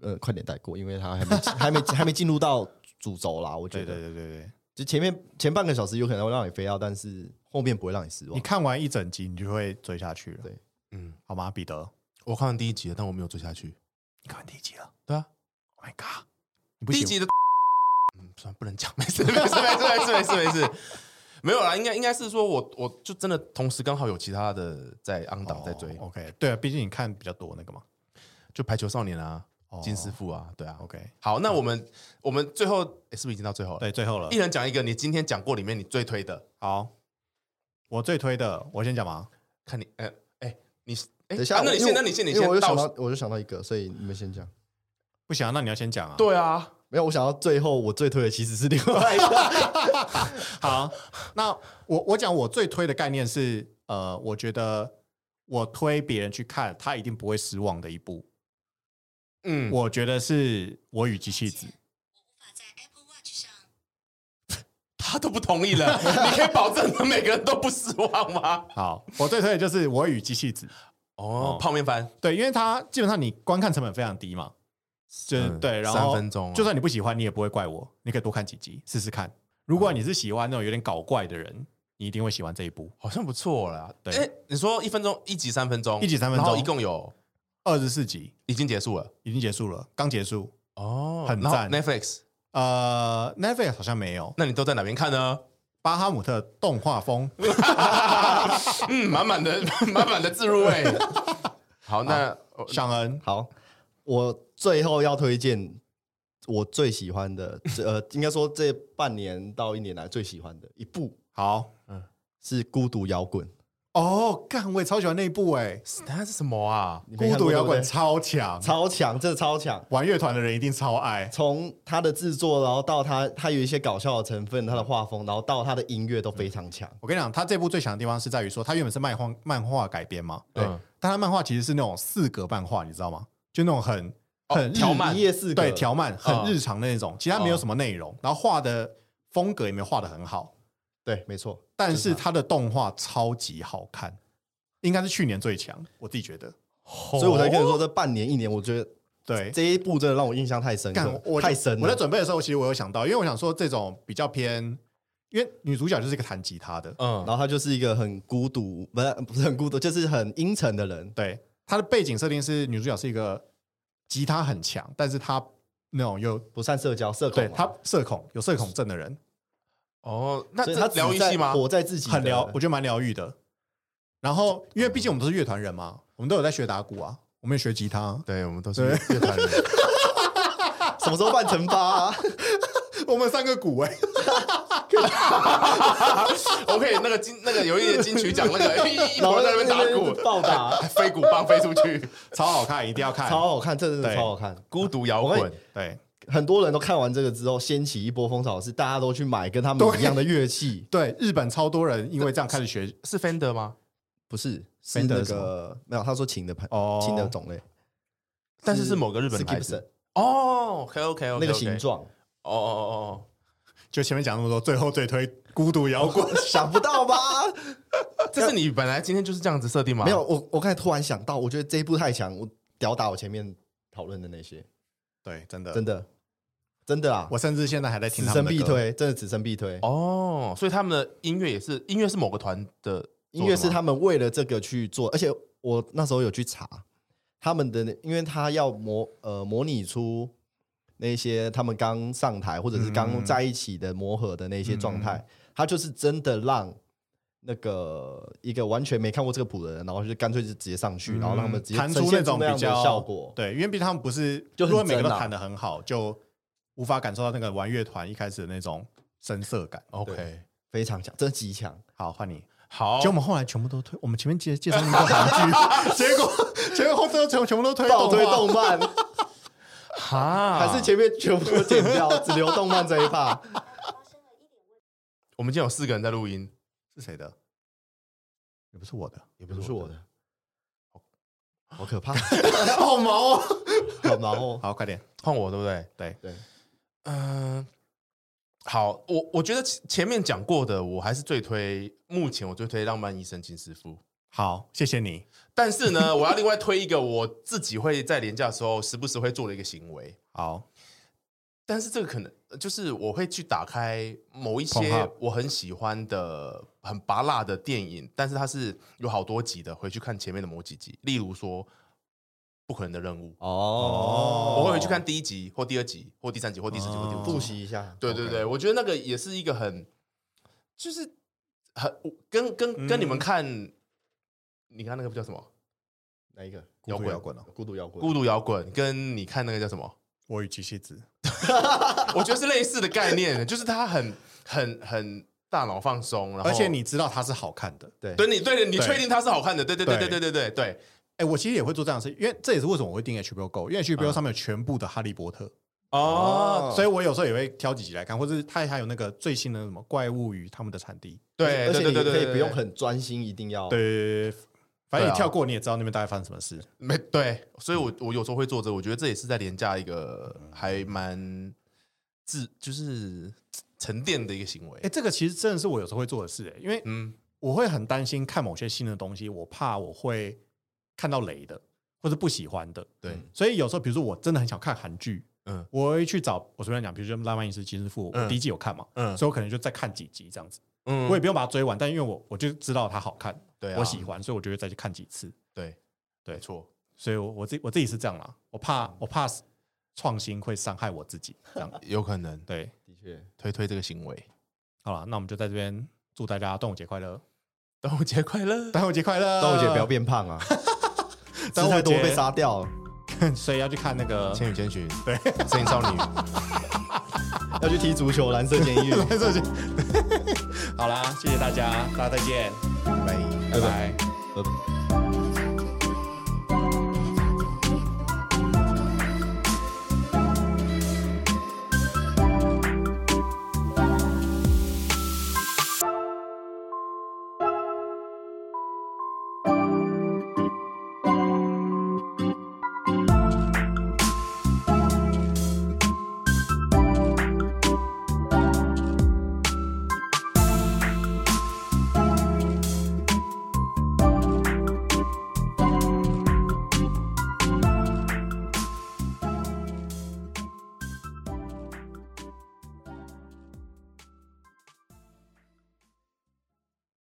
S3: 呃，快点带过，因为它还没还没还没进入到主轴啦。我觉
S1: 对
S3: 得，
S1: 对对对对，
S3: 就前面前半个小时有可能会让你飞到，但是后面不会让你失望
S1: 你。看完一整集，你就会追下去了
S3: 对，
S2: 嗯，
S1: 好吗，彼得？
S2: 我看完第一集了，但我没有追下去。
S1: 你看完第一集了
S2: 对啊，
S1: ？Oh my god！你不
S2: 第
S1: 喜
S2: 一
S1: 欢
S2: 集的，嗯，算不能讲，没事，没事，没事，没事，没事，没事，没有啦，应该应该是说我我就真的同时刚好有其他的在昂档在追，
S1: OK，对啊，毕竟你看比较多那个嘛。
S2: 就排球少年啊
S1: 哦，
S2: 金师傅啊，对啊。
S1: OK，
S2: 好，那我们我们最后诶是不是已经到最后了？
S1: 对，最后了
S2: 一。人讲一个你今天讲过里面你最推的，
S1: 好，我最推的，我先讲嘛。
S2: 看你哎哎你哎，
S3: 等一下，
S2: 啊那你
S3: 因为
S2: 先，那你先，你
S3: 因为我
S2: 先
S3: 就想
S2: 倒数。
S3: 到，我就想到一个，所以你们先讲。
S1: 不行、啊，那你要先讲啊。，
S2: 对啊，
S3: 没有，我想到最后我最推的其实是另外一个，
S1: 好， 那我我讲我最推的概念是，呃，我觉得我推别人去看，他一定不会失望的一部。
S2: 嗯，
S1: 我觉得是《我与机器子》。
S4: 我无法在 Apple Watch 上
S2: 他都不同意了，你可以保证每个人都不失望吗？
S1: 好，我最推的就是《我与机器子》。
S2: 哦，泡面番，
S1: 对，因为它基本上你观看成本非常低嘛，就是、
S2: 嗯
S1: 对，然后
S2: 三分钟啊
S1: 就算你不喜欢，你也不会怪我，你可以多看几集试试看。如
S3: 嗯
S1: 果你是喜欢那种有点搞怪的人，你一定会喜欢这一部。啊
S2: 好像不错啦。
S1: 对
S2: 哎，你说一分钟一集三分钟，
S1: 一集三分钟
S2: 然后一共有
S1: 二十四集
S2: 已经结束了
S1: 已经结束了，刚结束。
S2: 哦
S1: 很
S2: 然后
S1: 赞
S2: Netflix，
S1: 呃，Netflix 好像没有
S2: 那你都在哪边看呢？
S1: 巴哈姆特动画风。
S2: 嗯，满满的 满满的自入味。好，那哦
S1: 尚恩，
S3: 好，
S5: 我最后要推荐
S3: 我最喜欢的，这呃，应该说这半年到一年来最喜欢的一部
S1: 好
S3: 是《孤独摇滚》，
S1: 哦，干，我也超喜欢那一部哎、
S2: 那是什么啊？
S3: 你没
S1: 孤
S3: 看过
S1: 独摇
S3: 对
S1: 滚
S3: 不对
S1: 超强，
S3: 超强，真的超强。
S1: 玩乐团的人一定超爱。
S3: 从它的制作，然后到它，它有一些搞笑的成分，它的画风，然后到它的音乐都非常强。
S1: 我跟你讲，他这部最强的地方是在于说，他原本是漫画漫画改编嘛，
S2: 对
S1: 但他漫画其实是那种四格漫画，你知道吗？就那种很
S2: 哦
S3: 嗯
S1: 很日
S2: 条漫
S3: 一页四格嗯
S1: 对条漫很
S2: 嗯
S1: 日常的那种，其实它没有什么内容，然后画的风格也没有画的很好，
S3: 对，没错。
S1: 但是它的动画超级好看，应该是去年最强，我自己觉得。
S2: 哦
S3: 所以我才跟你说，这半年一年，我觉得
S1: 对，
S3: 这一部真的让我印象太深
S1: 干
S3: 刻，
S1: 我
S3: 太深了。
S1: 我在准备的时候，其实我有想到，因为我想说这种比较偏，因为女主角就是一个弹吉他的，
S2: 嗯
S3: 然后他就是一个很孤独，不是不是很孤独，就是很阴沉的人。
S1: 对，她的背景设定是女主角是一个吉他很强，但是她那种又
S3: 不善社交，社恐
S1: 对
S3: 嘛。
S1: 她社恐有社恐症的人，
S2: 哦，那
S3: 所以他
S2: 这疗愈系吗？
S3: 活在自己的
S1: 很疗，我觉得蛮疗愈的。然后，因为毕竟我们都是乐团人嘛，我们都有在学打鼓啊，我们也学吉他，
S2: 对，我们都是乐团人。
S3: 什么时候办成发、啊？
S1: 我们三个鼓哎、
S2: OK，那个金那个有一年金曲奖那 个一一
S3: 然后
S2: 坨在那边打
S3: 一直
S2: 鼓，
S3: 暴打，
S2: 飞鼓棒飞出去，
S1: 超好看，一定要看。
S3: 超好看，这真的
S1: 哎对
S3: 超好看。
S2: 孤独摇滚。
S1: 对
S3: 很多人都看完这个之后，掀起一波风潮，是大家都去买跟他们一样的 乐器，
S1: 对，日本超多人因为这样开始学
S2: 是 Fender 吗？
S3: 不是是
S1: Fender
S3: 那
S1: 什
S3: 个没有，他说琴的牌，
S1: 哦
S3: 琴的种类
S2: 但是是某个日本
S3: 是
S2: 牌子
S3: Gibson
S2: 哦，OK OK OK，
S3: 那个形。状，
S2: 哦哦哦
S1: 就前面讲那么多，最后最推孤独摇滚。
S3: 想不到吧？
S2: 哦，这是你本来今天就是这样子设定吗？
S3: 没有，，我我刚才突然想到，我觉得这一部太强，我屌打我前面讨论的那些，
S1: 对，真的
S3: 真的真的啊，
S1: 我甚至现在还在听
S3: 此
S1: 他
S3: 生
S1: 们的
S3: 必
S1: 歌。
S3: 推，真的此生必推。
S2: 哦，所以他们的音乐也是音乐是某个团的做的吗，
S3: 音乐是他们为了这个去做，而且我那时候有去查他们的那，因为他要模呃模拟出那些他们刚上台或者是刚
S1: 嗯
S3: 在一起的磨合的那些状态，他就是真的让那个一个完全没看过这个谱的人，然后就干脆就直接上去，然后让他们直
S1: 嗯
S3: 接
S1: 弹
S3: 呈
S1: 出
S3: 现
S1: 种
S3: 那
S1: 比
S3: 样
S1: 较
S3: 的效果。
S1: 对，因为毕竟他们不是，
S3: 就很
S1: 如果每个都
S3: 真啊
S1: 弹的很好，就无法感受到那个玩乐团一开始的那种深色感。
S2: OK。
S3: 非常强，真的极 强。
S1: 好，换你。
S2: 好
S1: 结果我，们后来全部都推，我们前面介介绍那么多 韩剧，结果结果后头全全部都推
S3: 倒推
S1: 画
S3: 动漫，
S2: 哈
S3: 还是前面全部都剪 掉，只留动漫这一趴。
S4: 发生了一点问题。
S2: 我们今天有四个人在录音，
S1: 是谁的？也不是我的，
S2: 也
S3: 不是我的，好 可怕，
S1: 好毛 啊！
S3: 好忙哦。
S1: 好，快点，
S2: 换我对不对？
S1: 对
S3: 对，
S2: 嗯、好，我我觉得前前面讲过的，我还是最推，目前我最推《浪漫医生金师傅》。
S1: 好，谢谢你。
S2: 但是呢，我要另外推一个我自己会在廉价的时候时不时会做的一个行为，
S1: 好，
S2: 但是这个可能呃就是我会去打开某一
S1: Pornhub
S2: 些我很喜欢的、很拔辣的电影，但是它是有好多集的，回去看前面的某几集。例如说《不可能的任务。
S1: 哦
S2: 我会回去看第一集或第二集或第三集或第四集或第五集
S6: 复。习一下。
S2: 对对
S6: OK
S2: 对，，我觉得那个也是一个很，就是很跟跟跟你们
S1: 嗯
S2: 看，你看那个叫什么
S6: 哪一个？
S1: 孤独
S2: 摇滚
S1: 摇滚哦，
S6: 孤独摇滚。
S2: 《孤独摇滚》，跟你看那个叫什么，
S1: 我与机器子，
S2: 我觉得是类似的概念，欸就是它很很很大脑放松，然后
S1: 而且你知道它是好看的。
S6: 对
S2: 对你对你
S1: 对
S2: 确定它是好看的，对对对对
S1: 对
S2: 对对对对，
S1: 哎，我其实也会做这样的事，因为这也是为什么我会订 HBO Go，因为
S2: 嗯
S1: HBO 上面有全部的《哈利波特》
S2: 哦，
S1: 所以我有时候也会挑几集来看，或者是它还有那个最新的什么《怪物与他们的产地
S2: 对，
S6: 而且
S2: 对
S6: 你
S2: 对对
S6: 可以
S2: 对
S6: 不用
S2: 对
S6: 很专心，一定要》。。
S1: 对，反正
S2: 对啊
S1: 你跳过你也知道那边大概发生什么事。
S2: 没对，所以我我有时候会做这个，我觉得这也是在廉价一个还蛮自就是沉淀的一个行为
S1: 哎，。这个其实真的是我有时候会做的事，哎因为
S2: 嗯，
S1: 我会很担心看某些新的东西，我怕我会看到雷的或者不喜欢的。
S2: 对，
S1: 所以有时候，比如说我真的很想看韩剧，
S2: 嗯
S1: 我会去找我随便讲，比如说《浪漫饮食金师傅》，
S2: 嗯
S1: 我第一季有看嘛，
S2: 嗯
S1: 所以我可能就再看几集这样子，
S2: 嗯
S1: 我也不用把它追完，但因为我我就知道它好看，
S2: 对啊
S1: 我喜欢，所以我就会再去看几次。
S2: 对
S1: 对
S2: 没错，
S1: 所以我我自己我自己是这样啦，我怕
S2: 嗯
S1: 我怕创新会伤害我自己，这 样
S2: 有可能
S1: 对。
S6: 的确，
S2: 推推这个行为。
S1: 好了，那我们就在这边祝大家端午节快乐，
S2: 端午节快乐！
S1: 端午节快
S2: 呃
S1: 乐，
S6: 端午节不要，变胖啊，吃太多会被杀掉，
S1: 所以要去看那个
S2: 千与千寻，对，声音少女，
S6: 要去踢足球，蓝色监 狱。
S1: 好啦，谢谢大家，大家再见，
S2: 拜拜。
S1: 拜拜
S6: 呃